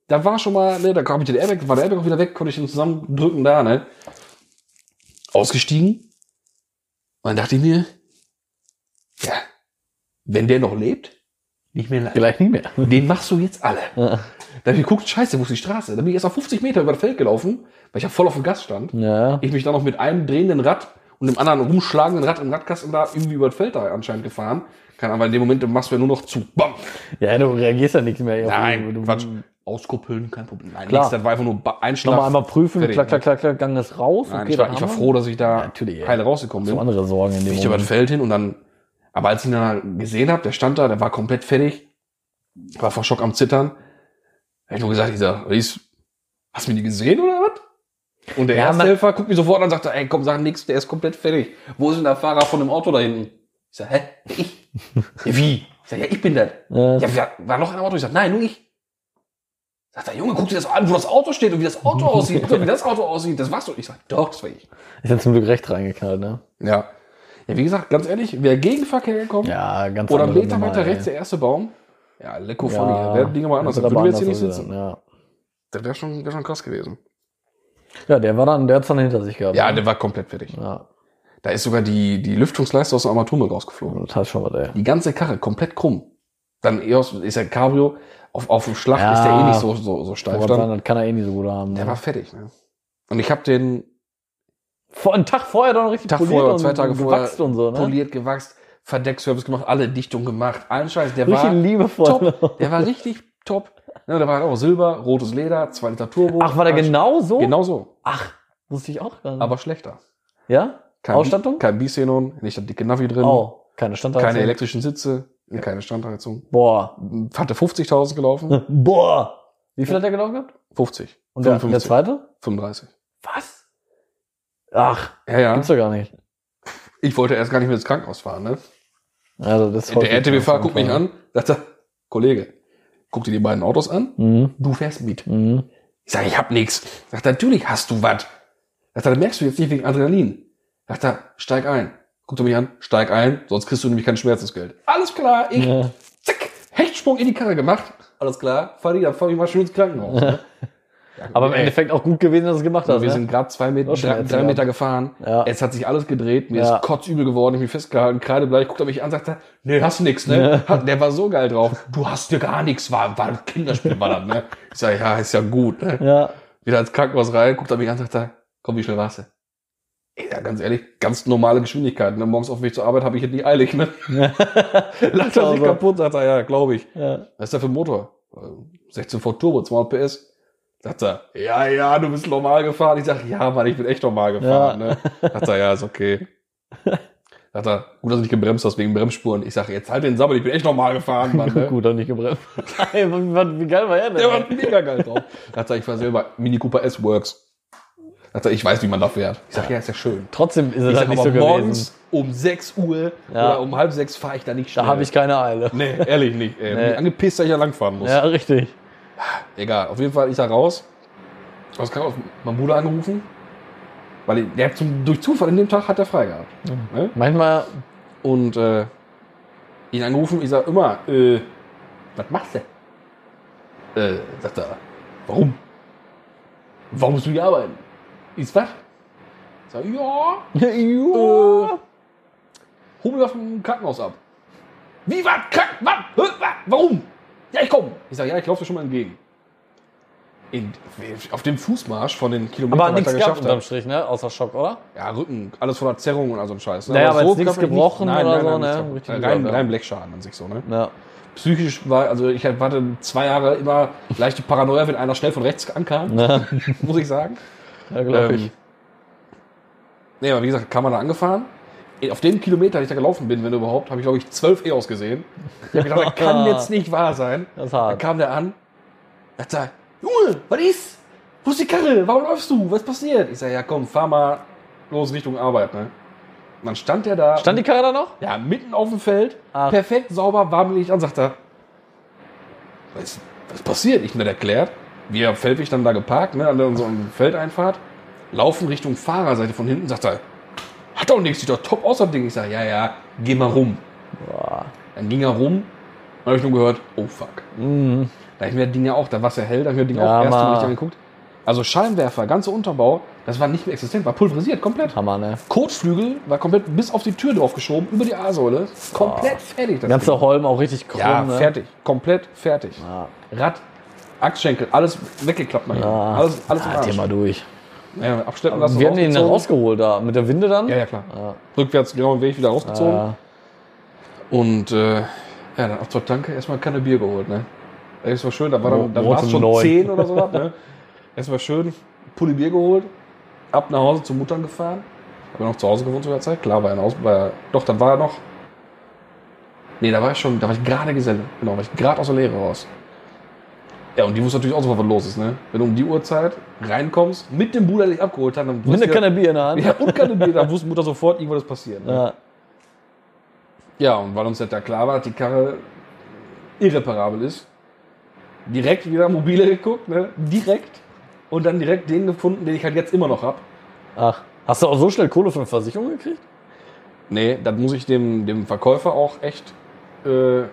Da war schon mal, ne, da kam ich den Airbag, war der Airbag auch wieder weg, konnte ich den zusammendrücken da, ne. Ausgestiegen. Und dann dachte ich mir, ja, wenn der noch lebt, nicht mehr lang. Gleich nicht mehr. Den machst du jetzt alle. Ja. Da habe ich geguckt, scheiße, wo ist die Straße? Da bin ich erst auf 50 Meter über das Feld gelaufen, weil ich ja voll auf dem Gas stand. ja. ich mich dann noch mit einem drehenden Rad und dem anderen rumschlagenden Rad im Radkasten da irgendwie über das Feld da anscheinend gefahren. Keine Ahnung, weil in dem Moment machst du ja nur noch zu. Bam! Ja, du reagierst ja nichts mehr. Nein, du, Quatsch. Auskuppeln, kein Problem. Nein, Klar. nichts, das war einfach nur ba- einschlafen. Nochmal einmal prüfen, Fertig. klack, klack, klack, klack, gang ist raus. Nein, ich, war, dann ich war haben froh, dass ich da Natürlich, ey. heile rausgekommen wir so bin. andere Sorgen in dem Ich über das Moment. Feld hin und dann, aber als ich ihn dann halt gesehen habe, der stand da, der war komplett fertig, war vor Schock am Zittern. Hab ich nur gesagt, ich sag, "Ries, hast du mich nicht gesehen oder was? Und der Ja, man- Ersthelfer guckt mich sofort an und sagt, ey, komm, sag nichts, der ist komplett fertig. Wo ist denn der Fahrer von dem Auto da hinten? Ich sag, hä? Ich? ja, wie? Ich sag, ja, ich bin das. Ja, Ja, wer- war noch ein Auto? Ich sag, nein, nur ich. Sagt der Junge, guck dir das an, wo das Auto steht und wie das Auto aussieht. Guck doch, wie das Auto aussieht. Das warst du. Ich sag, doch, das war ich. ist dann zum Glück recht reingeknallt, ne? Ja. Ja, wie gesagt, ganz ehrlich, wer gegen Verkehr gekommen Ja, ganz oder einen andere Meter Nummer, weiter ey. rechts der erste Baum, ja, lecko von Ja, hier. Wäre Dinge mal anders. das wird Würden aber wir jetzt hier nicht anders sitzen. sein, Ja. Das wäre schon, wär schon krass gewesen. ja, der war dann, der hat's dann hinter sich gehabt. Ja, ne? der war komplett fertig. ja. Da ist sogar die, die Lüftungsleiste aus der Armaturmüll rausgeflogen. Das hat schon was, ey. Die ganze Karre komplett krumm. Dann EOS ist der Cabrio, auf, auf dem Schlag Ja. ist der eh nicht so, so, so steif. Aber Dann, das kann er eh nicht so gut haben. der ne? war fertig. Ne? Und ich habe den Vor, einen Tag vorher doch noch richtig Tag poliert vorher, und zwei Tage vorher gewachst und so, ne? poliert, gewachst, Verdeckservice gemacht, alle Dichtung gemacht, allen Scheiß. Der Richtig war liebevoll. ne? top. Der war richtig top. Ja, der war halt auch Silber, rotes Leder, 2 Liter Turbo. Ach, war der Alles- genau so? Genau so, Ach, wusste ich auch gar nicht. aber schlechter. ja? Kein Ausstattung? Bi- Kein Bisenon, nicht das dicke Navi drin, Oh, keine Standheizung. keine elektrischen Sitze, keine Standheizung. Boah. Hatte 50.000 gelaufen, Boah. Hm. Wie viel hat der gelaufen gehabt? 50, Und der, der 55. zweite? 35. Was? Ach, Ja, ja. gibt's doch gar nicht. Ich wollte erst gar nicht mehr ins Krankenhaus fahren. Ne? Also, das ist Der häufig RTW-Fahrer guckt mich manchmal. an, sagt er, Kollege, guck dir die beiden Autos an, Mhm. du fährst mit. Mhm. Ich sage, ich hab nix. Sagt er, natürlich hast du was. Sagt er, das merkst du jetzt nicht wegen Adrenalin. Sagt er, steig ein. Guckt er mich an, steig ein, sonst kriegst du nämlich kein Schmerzensgeld. Alles klar, ich Ja. zack, Hechtsprung in die Karre gemacht. Alles klar, fahr die, dann fahr ich mal schön ins Krankenhaus. Ne? Ja, Aber im ey, Endeffekt auch gut gewesen, dass du es gemacht hast. wir ne? sind gerade zwei Meter, Auch schon drei, erzählt drei haben. Meter gefahren. Ja. Es hat sich alles gedreht, mir Ja. ist kotzübel geworden, ich bin festgehalten, kreidebleich, guckt er mich an, sagt er, nee, hast nix, ne? Hat- Der war so geil drauf. Du hast dir gar nichts, war, war ein Kinderspiel, war das, ne? Ich sag, ja, ist ja gut, ne? ja. wieder ins Krankenhaus rein, guckt er mich an und sagt, da, komm, wie schnell warst du? Ey, ja, ganz ehrlich, ganz normale Geschwindigkeiten. Ne? Morgens auf dem Weg zur Arbeit habe ich jetzt nicht eilig. Ne? Lacht er sich Also, kaputt, sagt er, ja, glaube ich. Ja. Was ist da für ein Motor? Äh, 16 V Turbo, 200 PS. Sagt er, ja, ja, du bist normal gefahren. Ich sag, ja, Mann, ich bin echt normal gefahren. Ja. Ne? Sagt er, ja, ist okay. Sagt er, gut, dass du nicht gebremst hast wegen Bremsspuren. Ich sag, jetzt halt den Sammel, ich bin echt normal gefahren, Mann. Ne? Gut, auch nicht gebremst. Ey, was- was- Wie geil war er denn? Der war mega geil drauf. Sagt er, ich war selber Mini Cooper S-Works. Dann sagt er, ich weiß, wie man da fährt. Ich sage, ja, ist ja schön. Trotzdem ist es Ich halt sag, nicht aber so gewesen. morgens um 6 Uhr oder um halb sechs fahre ich da nicht schnell. Da habe ich keine Eile. Nee, ehrlich nicht. Ey. Bin Nee. ich angepisst, dass ich da langfahren muss. Ja, richtig. Egal, auf jeden Fall ich da raus. Was kam auf meinen Bruder angerufen? Weil ich- der hat zum, durch Zufall in dem Tag hat er frei gehabt. Ne? Manchmal, Und äh, ihn angerufen, ich sag immer, äh, was machst du? Äh, sagt er, warum? Warum musst du hier arbeiten? Ist was? Ich Sag, ja, Juhu. hol mich aus dem Krankenhaus ab. Wie, was? Krank, was? Hä, was? Warum? Ja, ich komm. Ich sag, ja, ich laufe dir schon mal entgegen. In, auf dem Fußmarsch von den Kilometern, aber was er nichts gehabt geschafft hat. unterm Strich, ne? Außer Schock, oder? Ja, Rücken, alles voller Zerrung und all so ein Scheiß. ne? Naja, aber jetzt kann nichts man nicht- gebrochen nein, oder nein, so, nein, ne? nichts Richtig gebrochen. Äh, Rein, gut, ja. rein Blechschaden an sich so, ne? Ja. Psychisch war, also ich hatte zwei Jahre immer leichte Paranoia, wenn einer schnell von rechts ankam, Ja, muss ich sagen. glaube ich. Ähm, Nee, aber wie gesagt, kam man da angefahren. Auf dem Kilometer, den ich da gelaufen bin, wenn überhaupt, habe ich, glaube ich, zwölf EOS gesehen. Ich habe gedacht, das kann jetzt nicht wahr sein. Das ist Dann hart. kam der an, hat gesagt, Junge, was ist? Wo ist die Karre? Warum läufst du? Was passiert? Ich sage, ja komm, fahr mal los Richtung Arbeit, ne? Und dann stand der da. Stand die Karre da noch? Ja, mitten auf dem Feld. Ach. Perfekt, sauber, warm Licht an, sagt er. Was, was passiert? Ich hab mir das erklärt. Wir am Feldweg dann da geparkt, ne, an unserem Feldeinfahrt. Laufen Richtung Fahrerseite von hinten, sagt er. Hat doch nichts, sieht doch top aus, das Ding. Ich sag, ja, ja, geh mal rum. Boah. Dann ging er rum und habe ich nur gehört, oh fuck. Mhm. Da hab ich mir das Ding ja auch, da war es ja hell, da hab ich mir das Ding Ja, auch erst Mann. mal richtig angeguckt. Also Scheinwerfer, ganze Unterbau, das war nicht mehr existent, war pulverisiert, komplett. Hammer, ne? Kotflügel war komplett bis auf die Tür draufgeschoben, über die A-Säule. Komplett fertig. Das Ganzer Ding. Holm auch richtig krumm, ja, ne? fertig. Komplett fertig. Ja. Rad, Achsschenkel, alles weggeklappt nachher. Ah, Alles, alles im ah, Arsch. Thema durch. Ja, abschleppen lassen. Wir haben den dann rausgezogen. rausgeholt da. Mit der Winde dann? Ja, ja, klar. Rückwärts genau den Weg wieder rausgezogen. Ah, Und äh, ja, dann auch zur Tanke erstmal keine Bier geholt, ne? Das war schön, da war Wo- dann, dann wo war zum es schon um Neun? 10 oder so, ne? Erstmal schön Pulli Bier geholt, ab nach Hause zu Muttern gefahren. Habe noch zu Hause gewohnt zu der Zeit. Klar, war er in Aus, war, er- doch, dann war er noch. Nee, da war ich schon, da war ich gerade Geselle. Genau, war ich gerade aus der Lehre raus. Ja, und die wusste natürlich auch sofort, was los ist, ne? Wenn du um die Uhrzeit reinkommst, mit dem Bruder, den ich abgeholt habe, dann Mit wusste einer Kanne Bier in der Hand. ja, und keine Bier, dann wusste Mutter sofort, irgendwas ist passiert. Ne? Ja. Ja, und weil uns das da klar war, dass die Karre irreparabel ist, direkt wieder mobile geguckt, ne? direkt. Und dann direkt den gefunden, den ich halt jetzt immer noch hab. Ach, hast du auch so schnell Kohle von der Versicherung gekriegt? Nee, das muss ich dem, dem Verkäufer auch echt äh, ja,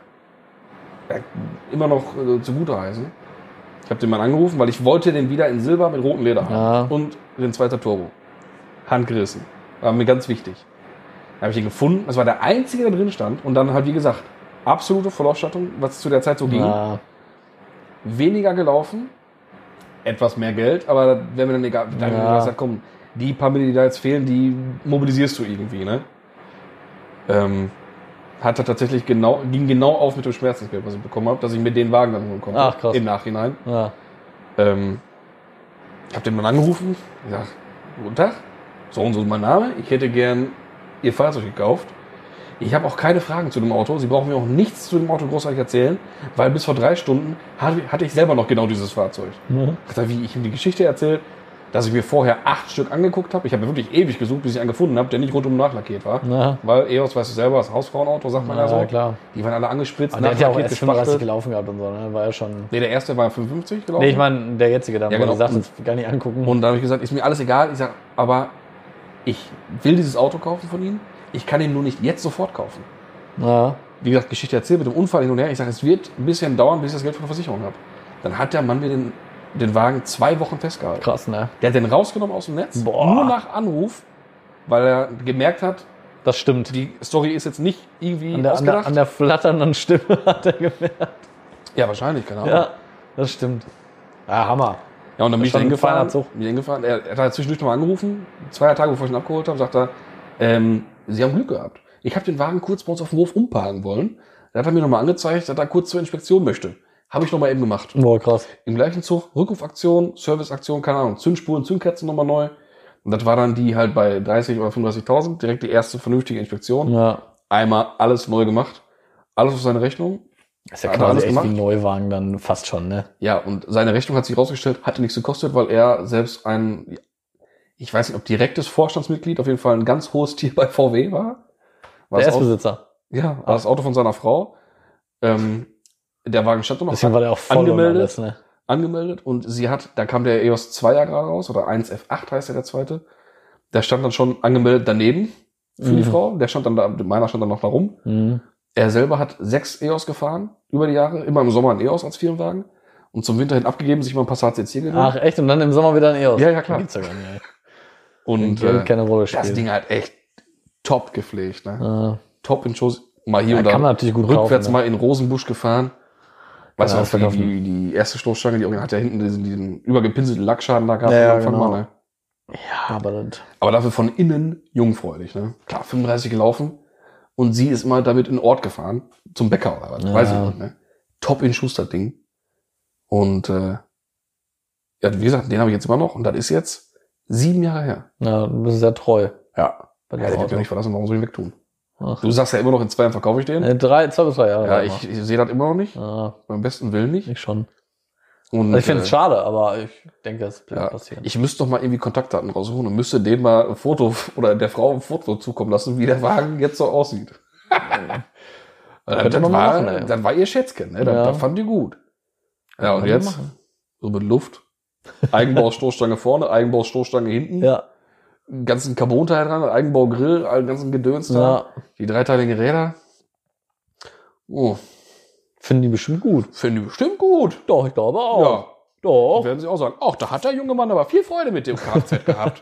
immer noch äh, zugute heißen. Ich habe den mal angerufen, weil ich wollte den wieder in Silber mit rotem Leder haben. Ja. Und den zweiter Turbo. Handgerissen. War mir ganz wichtig. Da habe ich ihn gefunden. Das war der einzige, der drin stand. Und dann halt, wie gesagt, absolute Vollausstattung, was zu der Zeit so ging. Ja. weniger gelaufen, etwas mehr Geld, aber das wäre mir dann egal. Dann Ja. ja. komm, die paar Mittel, die da jetzt fehlen, die mobilisierst du irgendwie, ne? Ähm, hat er tatsächlich genau, ging genau auf mit dem Schmerzensgeld, was ich bekommen habe, dass ich mir den Wagen dann holen konnte. Ach, krass. Im Nachhinein. ja. Ähm, ich habe den mal angerufen. Ich sag, guten Tag, so und so ist mein Name. Ich hätte gern Ihr Fahrzeug gekauft. Ich habe auch keine Fragen zu dem Auto. Sie brauchen mir auch nichts zu dem Auto großartig erzählen, weil bis vor drei Stunden hatte hatte ich selber noch genau dieses Fahrzeug. Mhm. Ich dachte, wie ich ihm die Geschichte erzählt, dass ich mir vorher acht Stück angeguckt habe. Ich habe wirklich ewig gesucht, bis ich einen gefunden habe, der nicht rundum nachlackiert war. Ja. Weil EOS, weißt du selber, das Hausfrauenauto, sagt man ja, so. ja, klar. Die waren alle angespritzt, Und der hat ja auch erst 35 gespachtelt. gelaufen gehabt und so, ne? War ja schon. Nee, der erste war 55 gelaufen. Nee, ich meine, der jetzige dann, Ja, weil genau. du sagst, jetzt gar nicht angucken. Und da habe ich gesagt, ist mir alles egal. Ich sage, aber ich will dieses Auto kaufen von Ihnen. Ich kann ihn nur nicht jetzt sofort kaufen. ja. Wie gesagt, Geschichte erzählt mit dem Unfall hin und her. Ich sage, es wird ein bisschen dauern, bis ich das Geld von der Versicherung habe. Dann hat der Mann mir den, den Wagen zwei Wochen festgehalten. Krass, ne? Der hat den rausgenommen aus dem Netz, Boah. nur nach Anruf, weil er gemerkt hat, Das stimmt. die Story ist jetzt nicht irgendwie An der, an, der, ausgedacht. an der flatternden Stimme hat er gemerkt. ja, wahrscheinlich, keine Ahnung. Ja, das stimmt. Ja, Hammer. Ja, und dann bin ich schon da ein feiner hingefahren. Zug. Bin ich hingefahren. Er, er hat halt zwischendurch nochmal angerufen. Zwei Tage bevor ich ihn abgeholt habe, sagt er, ähm, Sie haben Glück gehabt. Ich habe den Wagen kurz bei uns auf dem Hof umparken wollen. Da hat er mir nochmal angezeigt, dass er kurz zur Inspektion möchte. Habe ich nochmal eben gemacht. Boah, krass. Im gleichen Zug Rückrufaktion, Serviceaktion, keine Ahnung, Zündspuren, Zündkerzen nochmal neu. Und das war dann die halt bei 30 oder 35.000, direkt die erste vernünftige Inspektion. Ja. Einmal alles neu gemacht. Alles auf seine Rechnung. Ist ja Hat er quasi alles echt wie ein gemacht? Neuwagen dann fast schon, ne? Ja, und seine Rechnung hat sich rausgestellt, hatte nichts gekostet, weil er selbst ein, ich weiß nicht, ob direktes Vorstandsmitglied, auf jeden Fall ein ganz hohes Tier bei VW war. war Der das Auto, Erstbesitzer. ja, war das Auto von seiner Frau. Ähm, der Wagen stand doch noch Deswegen war der auch voll angemeldet. Und alles, ne? angemeldet und sie hat, da kam der EOS 2 ja gerade raus, oder 1F8 heißt ja der zweite. Da stand dann schon angemeldet daneben für die Mhm. Frau. Der stand dann da, meiner stand dann noch da rum. Mhm. Er selber hat sechs EOS gefahren über die Jahre, immer im Sommer ein EOS als Firmenwagen und zum Winter hin abgegeben, sich mal ein Passat jetzt hier genommen. Ach, echt? Und dann im Sommer wieder ein EOS? Ja, ja, klar. Gibt's ja gar nicht, ey. und Geld äh, keine Rolle das spielt. Ding halt echt top gepflegt. Ne? Ah. Top in Shows, mal hier Ja, und da kann man natürlich gut rückwärts kaufen, ne? mal in Rosenbusch gefahren. Weißt Ja, du, noch, verkaufen. die, die, die erste Stoßstange, die hat ja hinten diesen, diesen übergepinselten Lackschaden da gehabt. Ja, ja, am Anfang genau. ne? Ja, aber das... Aber dafür von innen jungfräulich, ne? Klar, 35 gelaufen und sie ist mal damit in den Ort gefahren, zum Bäcker oder was, Ja. weiß ich nicht, ne? Top in Schuster Ding. Und äh, ja, wie gesagt, den habe ich jetzt immer noch und das ist jetzt sieben Jahre her. Na, du bist sehr treu. Ja. Bei Ja, den hab dem ich Auto. ja nicht verlassen, warum soll ich ihn wegtun? Ach. Du sagst ja immer noch, in zwei Jahren verkaufe ich den. Äh, drei, zwei bis drei Jahre. ja, warte ich, ich sehe das immer noch nicht, mal. Ah, beim besten Willen nicht. ich schon. Und, Also ich finde es äh, schade, aber ich denke, das wird Ja, passieren. ich müsste doch mal irgendwie Kontaktdaten raussuchen und müsste denen mal ein Foto oder der Frau ein Foto zukommen lassen, wie der Wagen jetzt so aussieht. das, Könnte man war, mal machen, ey. das war ihr Schätzchen, ne? Das, Ja. das fand die gut. Ja, und man jetzt machen. so mit Luft. Eigenbaustoßstange vorne, Eigenbaustoßstange hinten, Ja, einen ganzen Carbonteil dran, Eigenbaugrill, all den ganzen Gedöns da, ja. die dreiteiligen Räder. Oh, finden die bestimmt gut. finde ich bestimmt gut. Doch, ich glaube auch. Ja, Doch, werden sie auch sagen, ach, da hat der junge Mann aber viel Freude mit dem Kfz gehabt.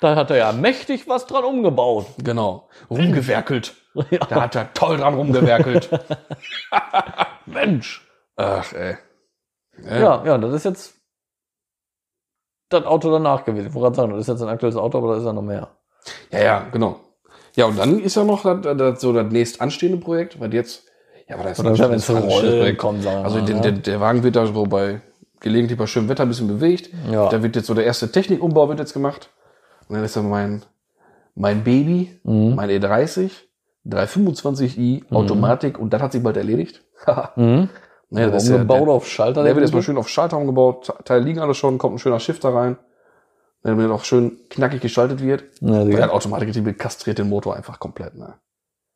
da hat er ja mächtig was dran umgebaut. Genau. Rumgewerkelt. Ja. Da hat er toll dran rumgewerkelt. Mensch. Ach, ey. Ja, ja, das ist jetzt das Auto danach gewesen. Ich wollte gerade sagen, das ist jetzt ein aktuelles Auto, aber da ist ja noch mehr. ja, ja, genau. Ja, und dann ist ja noch das, das, so das nächst anstehende Projekt, weil jetzt, ja, aber das ist Oder ein wenn es schönes Projekt. kommt, sagen wir Also mal, den, ne? der, der Wagen wird da so bei gelegentlich bei schönem Wetter ein bisschen bewegt. Ja. Da wird jetzt so der erste Technikumbau wird jetzt gemacht. Und dann ist da mein, mein Baby, Mhm. mein E E30, 325i Automatik und das hat sich bald erledigt. Mhm. Naja, das ist ja umgebaut Also der, auf Schalter. der wird jetzt mal Gute. schön auf Schalter umgebaut. Te- Teile liegen alle schon, kommt ein schöner Shifter rein. Damit er auch schön knackig geschaltet wird. Na, Weil sicher. ein Automatikgetriebe kastriert den Motor einfach komplett. Ne?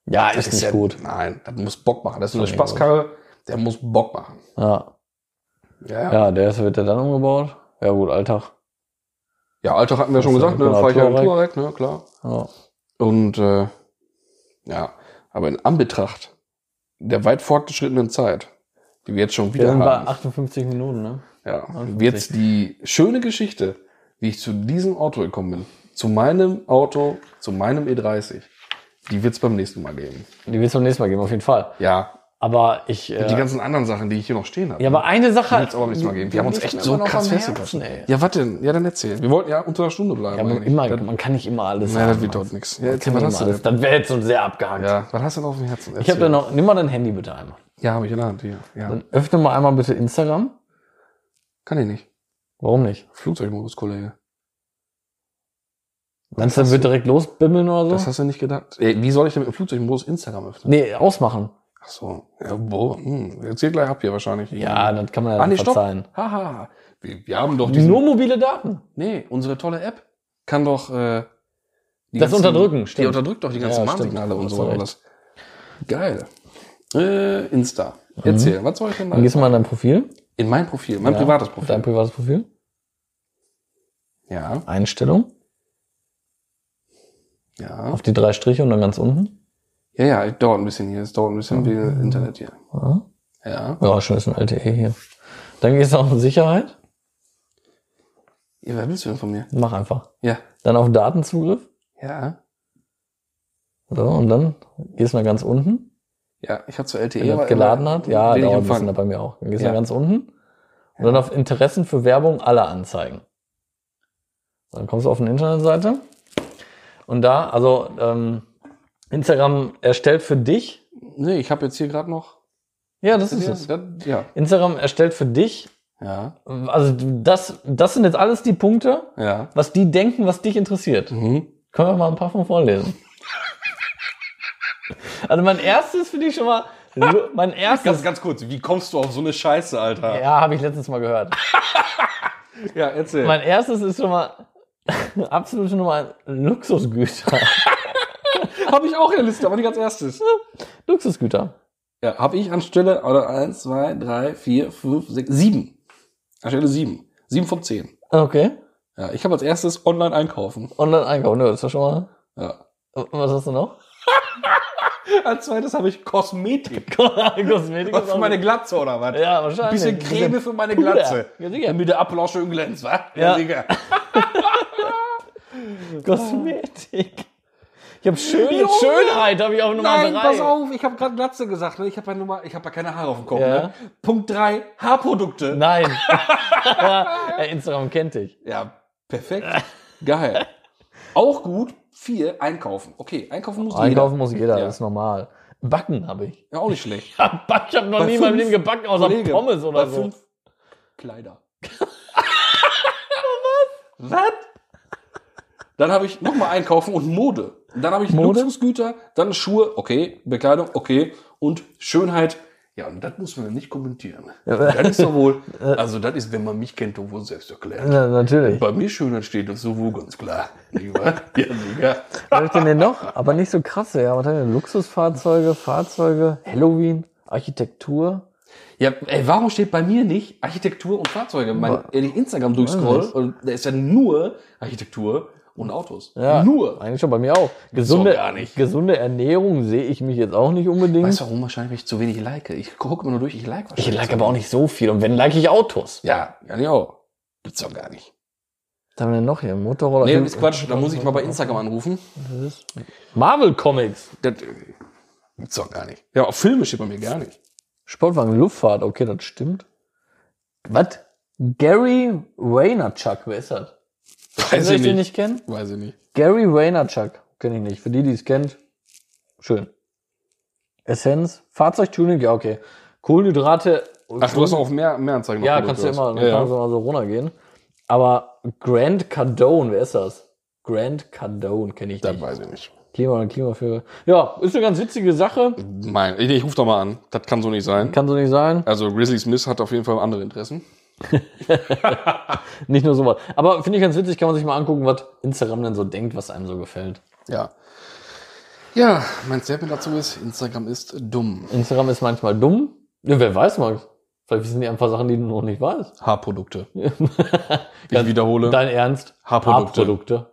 ja, ist, nicht ja, gut. Nein, das muss Bock machen. Das ist eine Nee, Spaßkarre, der muss Bock machen. Ja. Ja, ja. ja. ja, der ist, wird ja dann umgebaut. Ja gut, Alltag. Alltag hatten wir schon Das gesagt, ist ne? ja Fahr ich ja in genau, Touareg, ne? Klar. Ja. Und äh, ja, aber in Anbetracht der weit fortgeschrittenen Zeit, die wir jetzt schon Wir wieder sind bei haben, 58 Minuten, ne? ja, 58. jetzt die schöne Geschichte, wie ich zu diesem Auto gekommen bin, zu meinem Auto, zu meinem E30, die wird's beim nächsten Mal geben. Die wird es beim nächsten Mal geben, auf jeden Fall. Ja, Aber ich. die Äh, ganzen anderen Sachen, die ich hier noch stehen habe. ja, aber eine Sache. wird's aber beim nächsten Mal geben. Wir haben uns liegt mir echt so immer noch krass am festgebracht. Herzen, ey. Ja, was denn? Ja, dann erzähl. Wir wollten ja unter einer Stunde bleiben. Ja, man, eigentlich. immer, das, man kann nicht immer alles nein, haben, das wird Max. dort nichts. Ja, Kann erzähl, nicht was immer hast du alles. denn? Das wäre jetzt schon sehr abgehakt. Ja, was hast du denn auf dem Herzen? Ich habe Erzähl. da noch. Nimm mal dein Handy bitte einmal. Ja, habe ich in der Hand. Hier. Ja. Dann öffne mal einmal bitte Instagram. Kann ich nicht. Warum nicht? Flugzeugmodus, Kollege. Meinst du, dann wird direkt losbimmeln oder Das so? hast du nicht gedacht. Ey, wie soll ich denn mit dem Flugzeugmodus Instagram öffnen? Nee, ausmachen. Ach so. Ja, boah. Hm. Jetzt geht gleich ab hier wahrscheinlich. Ja, das kann man ja Ah, nee, stopp. verzeihen. Haha. Wir, wir haben doch Nur mobile Daten. Nee, unsere tolle App kann doch äh, die Das unterdrücken, Die stimmt. unterdrückt doch die ganzen Ja, Warnsignale stimmt. und so. Hast du und das. Geil. Äh, Insta. Erzähl, was soll ich denn Mhm. Dann da? gehst du mal in dein Profil. In mein Profil, mein Ja, privates Profil. Dein privates Profil. ja, Einstellung. ja. Auf die drei Striche und dann ganz unten. Ja, ja, es dauert ein bisschen hier. Es dauert ein Mhm. bisschen wie Internet hier. Ja. Ja. Ja, schon ist ein LTE hier. Dann gehst du auf Sicherheit. ja. Was willst du denn von mir? Mach einfach. Ja. Dann auf Datenzugriff. Ja. So, und dann gehst du mal ganz unten. Ja, ich habe zur Wenn LTE. das geladen hat. Ja, wenig dauert ein bisschen Empfang. das bei mir auch. Dann gehst du Ja. mal ganz unten. Und dann auf Interessen für Werbung aller anzeigen. Dann kommst du auf eine Internetseite. Und da, also ähm, Instagram erstellt für dich. Nee, ich habe jetzt hier gerade noch. Ja, das ist es. das- ja. Instagram erstellt für dich. Ja. Also das, das sind jetzt alles die Punkte, Ja. was die denken, was dich interessiert. Mhm. Können wir mal ein paar von vorlesen? Also mein erstes finde ich schon mal, mein erstes, ganz kurz, wie kommst du auf so eine Scheiße, Alter? ja, habe ich letztens mal gehört. Ja, erzähl. Mein erstes ist schon mal, absolute Nummer Luxusgüter. Habe ich auch in der Liste, aber nicht als erstes. Luxusgüter. Ja, habe ich anstelle, oder eins, zwei, drei, vier, fünf, sechs, sieben. Anstelle sieben. Sieben von zehn. Okay. Ja, ich habe als erstes online einkaufen. Online einkaufen, ne, das ist doch schon mal. Ja. Was hast du noch? Als zweites habe ich Kosmetik. Kosmetik. Was ist für auch- meine Glatze oder was? ja, wahrscheinlich. Ein bisschen Creme für meine Puder. Glatze. Ja, sicher. Damit der Ablauf schön glänzt, wa? Ja. Digga. Kosmetik. Ich habe schön, Junge! Schönheit, habe ich auch Nummer Nein, drei. pass auf, ich habe gerade Glatze gesagt. Ne? Ich habe ja, nur mal- ich hab ja keine Haare auf dem Kopf. Ja. Ne? Punkt drei Haarprodukte. Nein. Ja, Instagram kennt dich. Ja, perfekt. Geil. Auch gut, viel einkaufen. Okay, einkaufen muss Einkaufen muss jeder, Ja. das ist normal. Backen habe ich. jeder. Ja, auch nicht schlecht. Ich habe noch Bei nie in meinem fünf- Leben gebacken, außer Kollege, Also Pommes oder bei so. fünf Kleider. Was? Was? Dann habe ich nochmal einkaufen und Mode. Dann habe ich Mode? Luxusgüter, dann Schuhe, okay, Bekleidung, okay, und Schönheit. Ja, und das muss man ja nicht kommentieren. Das ist doch wohl, also das ist, wenn man mich kennt, doch wohl selbst erklärt. Na, natürlich. Bei mir Schönheit steht das sowohl ganz klar. Nicht wahr? Ja, Digga. Was hab ich denn, denn noch? Aber nicht so krasse, ja. Was haben wir denn? Luxusfahrzeuge, Fahrzeuge, Halloween, Architektur. Ja, ey, warum steht bei mir nicht Architektur und Fahrzeuge? Mein, wenn ich Instagram durchscroll, und da ist ja nur Architektur und Autos. Ja, Nur. Eigentlich schon bei mir auch. Gesunde, So gar nicht. gesunde Ernährung sehe ich mich jetzt auch nicht unbedingt. Weißt du warum? Wahrscheinlich, weil ich zu wenig like. Ich gucke immer nur durch, ich like wahrscheinlich. ich like aber auch nicht so viel. Und wenn, like ich Autos. Ja, ja, ja. auch. Gibt's doch gar nicht. Was haben wir denn noch hier? Motorroller. Nee, ist Quatsch. Da muss ich mal bei Instagram anrufen. Marvel Comics. Das äh, gibt's doch gar nicht. Ja, auch Filme steht bei mir gar nicht. Sportwagen, Luftfahrt. Okay, das stimmt. Was? Gary Vaynerchuk, wer ist das? Weiß Soll ich ich den nicht. nicht kennen? Weiß ich nicht. Gary Vaynerchuk kenne ich nicht. Für die, die es kennt, schön. Essenz, Fahrzeugtuning, ja, okay. Kohlenhydrate. Ach, du hast auch mehr, mehr Anzeigen. noch Ja, gedrückt, kannst du immer, oder dann was? kannst du mal so runtergehen. Aber Grant Cardone, wer ist das? Grant Cardone kenne ich Ja, das nicht. weiß ich nicht. Klima und Klimaführer. Ja, ist eine ganz witzige Sache. Mein, ich, ich ruf doch mal an. Das kann so nicht sein. Kann so nicht sein. Also Grizzly Smith hat auf jeden Fall andere Interessen. Nicht nur sowas. Aber finde ich ganz witzig, kann man sich mal angucken, was Instagram denn so denkt, was einem so gefällt. Ja. Ja, mein Statement dazu ist, Instagram ist dumm. Instagram ist manchmal dumm. Ja, wer weiß mal. Vielleicht wissen die einfach Sachen, die du noch nicht weißt. Haarprodukte. Ich wiederhole. Dein Ernst? Haarprodukte. Haarprodukte.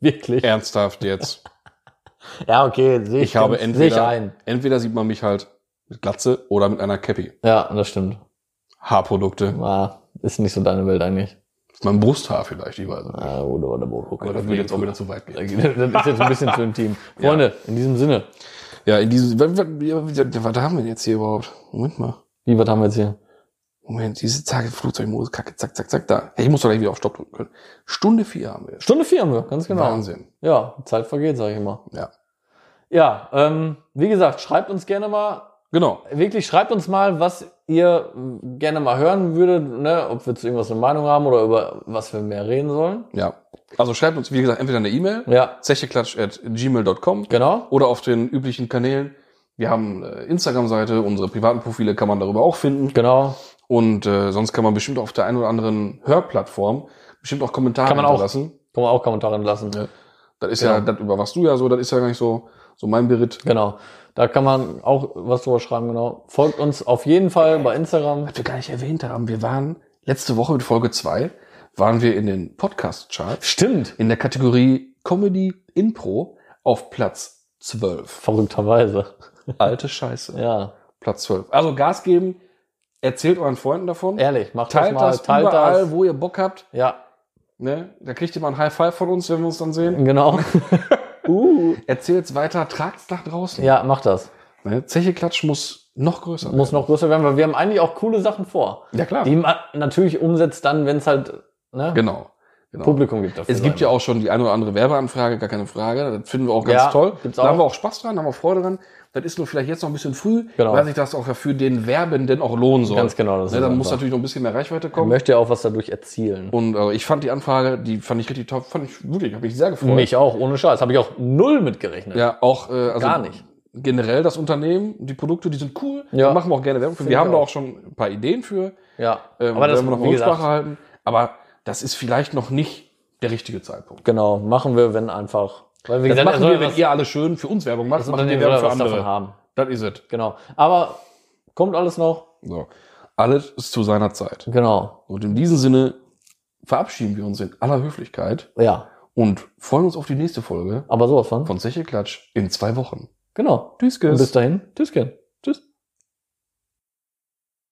Wirklich? Ernsthaft jetzt. Ja, okay, sehe ich, Ich, habe ganz- sehe ich entweder, ein. entweder sieht man mich halt mit Glatze oder mit einer Cappy. Ja, das stimmt. Haarprodukte. Ah, ist nicht so deine Welt eigentlich. Mein Brusthaar vielleicht, ich weiß nicht. Ah, oder, oder, oder, okay. Aber das würde jetzt auch wieder zu weit gehen. Das ist jetzt ein bisschen zu intim. Freunde, in diesem Sinne. Ja, in diesem, was, was, was haben wir denn jetzt hier überhaupt? Moment mal. Wie, was haben wir jetzt hier? Moment, diese Tage Flugzeugmodus, kacke, zack, zack, zack, da. Hey, ich muss doch gleich wieder auf Stopp drücken können. Stunde vier haben wir jetzt. Stunde vier haben wir, ganz genau. Wahnsinn. Ja, Zeit vergeht, sage ich immer. Ja. Ja, ähm, wie gesagt, schreibt uns gerne mal, Genau. wirklich schreibt uns mal, was ihr mh, gerne mal hören würdet, ne, ob wir zu irgendwas eine Meinung haben oder über was wir mehr reden sollen. Ja. Also schreibt uns, wie gesagt, entweder eine E-Mail, Ja, zecheklatsch at gmail.com genau. oder auf den üblichen Kanälen. Wir haben äh, Instagram-Seite, unsere privaten Profile kann man darüber auch finden. Genau. Und äh, sonst kann man bestimmt auf der einen oder anderen Hörplattform bestimmt auch Kommentare Kann man auch. hinterlassen. Kann man auch Kommentare lassen. Das ist ja Genau. das, über was du ja so, das ist ja gar nicht so, so mein Beritt. Genau. Da kann man auch was drüber schreiben, genau. Folgt uns auf jeden Fall bei Instagram. Was wir gar nicht erwähnt haben, wir waren letzte Woche mit Folge zwei waren wir in den Podcast-Charts Stimmt. in der Kategorie Comedy Impro auf Platz 12. Verrückterweise. Alte Scheiße. Ja. Platz 12. Also Gas geben, erzählt euren Freunden davon. Ehrlich, macht Teilt das mal, das teilt überall, das. wo ihr Bock habt. Ja, Ne? Da kriegt ihr mal ein High Five von uns, wenn wir uns dann sehen. genau. uh. Erzählt's weiter, tragt's nach draußen. Ja, macht das. Ne? Zeche Klatsch muss noch größer Muss noch größer werden, weil wir haben eigentlich auch coole Sachen vor, werden. Ja klar. die man natürlich umsetzt dann, wenn es halt ne, Genau. genau. Publikum gibt dafür. Es gibt ja auch schon die eine oder andere Werbeanfrage, gar keine Frage. Das finden wir auch ganz Ja, toll. gibt's da auch. haben wir auch Spaß dran, da haben wir Freude dran. Das ist nur vielleicht jetzt noch ein bisschen früh, Genau. weil sich das auch ja für den Werbenden auch lohnen soll. Ganz genau, Das das ne? ist Dann muss einfach. natürlich noch ein bisschen mehr Reichweite Ich kommen. möchte ja auch was dadurch erzielen. Und äh, ich fand die Anfrage, die fand ich richtig top, fand ich wirklich, habe mich sehr gefreut. Mich auch, ohne Scheiß. Habe ich auch null mitgerechnet. Ja, auch äh, also Gar nicht. generell das Unternehmen, die Produkte, die sind cool, Ja. da machen wir auch gerne Werbung für. Find Wir ich haben da auch. auch schon ein paar Ideen für, Ja. ähm, Aber das, werden wir noch wie Rücksprache gesagt, halten. Aber das ist vielleicht noch nicht der richtige Zeitpunkt. Genau, machen wir, wenn einfach. Weil wir Das gesagt, also er machen soll wir, wenn was- ihr alle schön für uns Werbung macht, das machen wir Unternehmen Werbung soll für was davon andere. haben. Das is it. Genau. Aber kommt alles noch. So. Alles ist zu seiner Zeit. Genau. Und in diesem Sinne verabschieden wir uns in aller Höflichkeit Ja. und freuen uns auf die nächste Folge Aber sowas von. von Zeche Klatsch in zwei Wochen. Genau. Tschüss, Und bis Tschüss. dahin. Tschüsschen.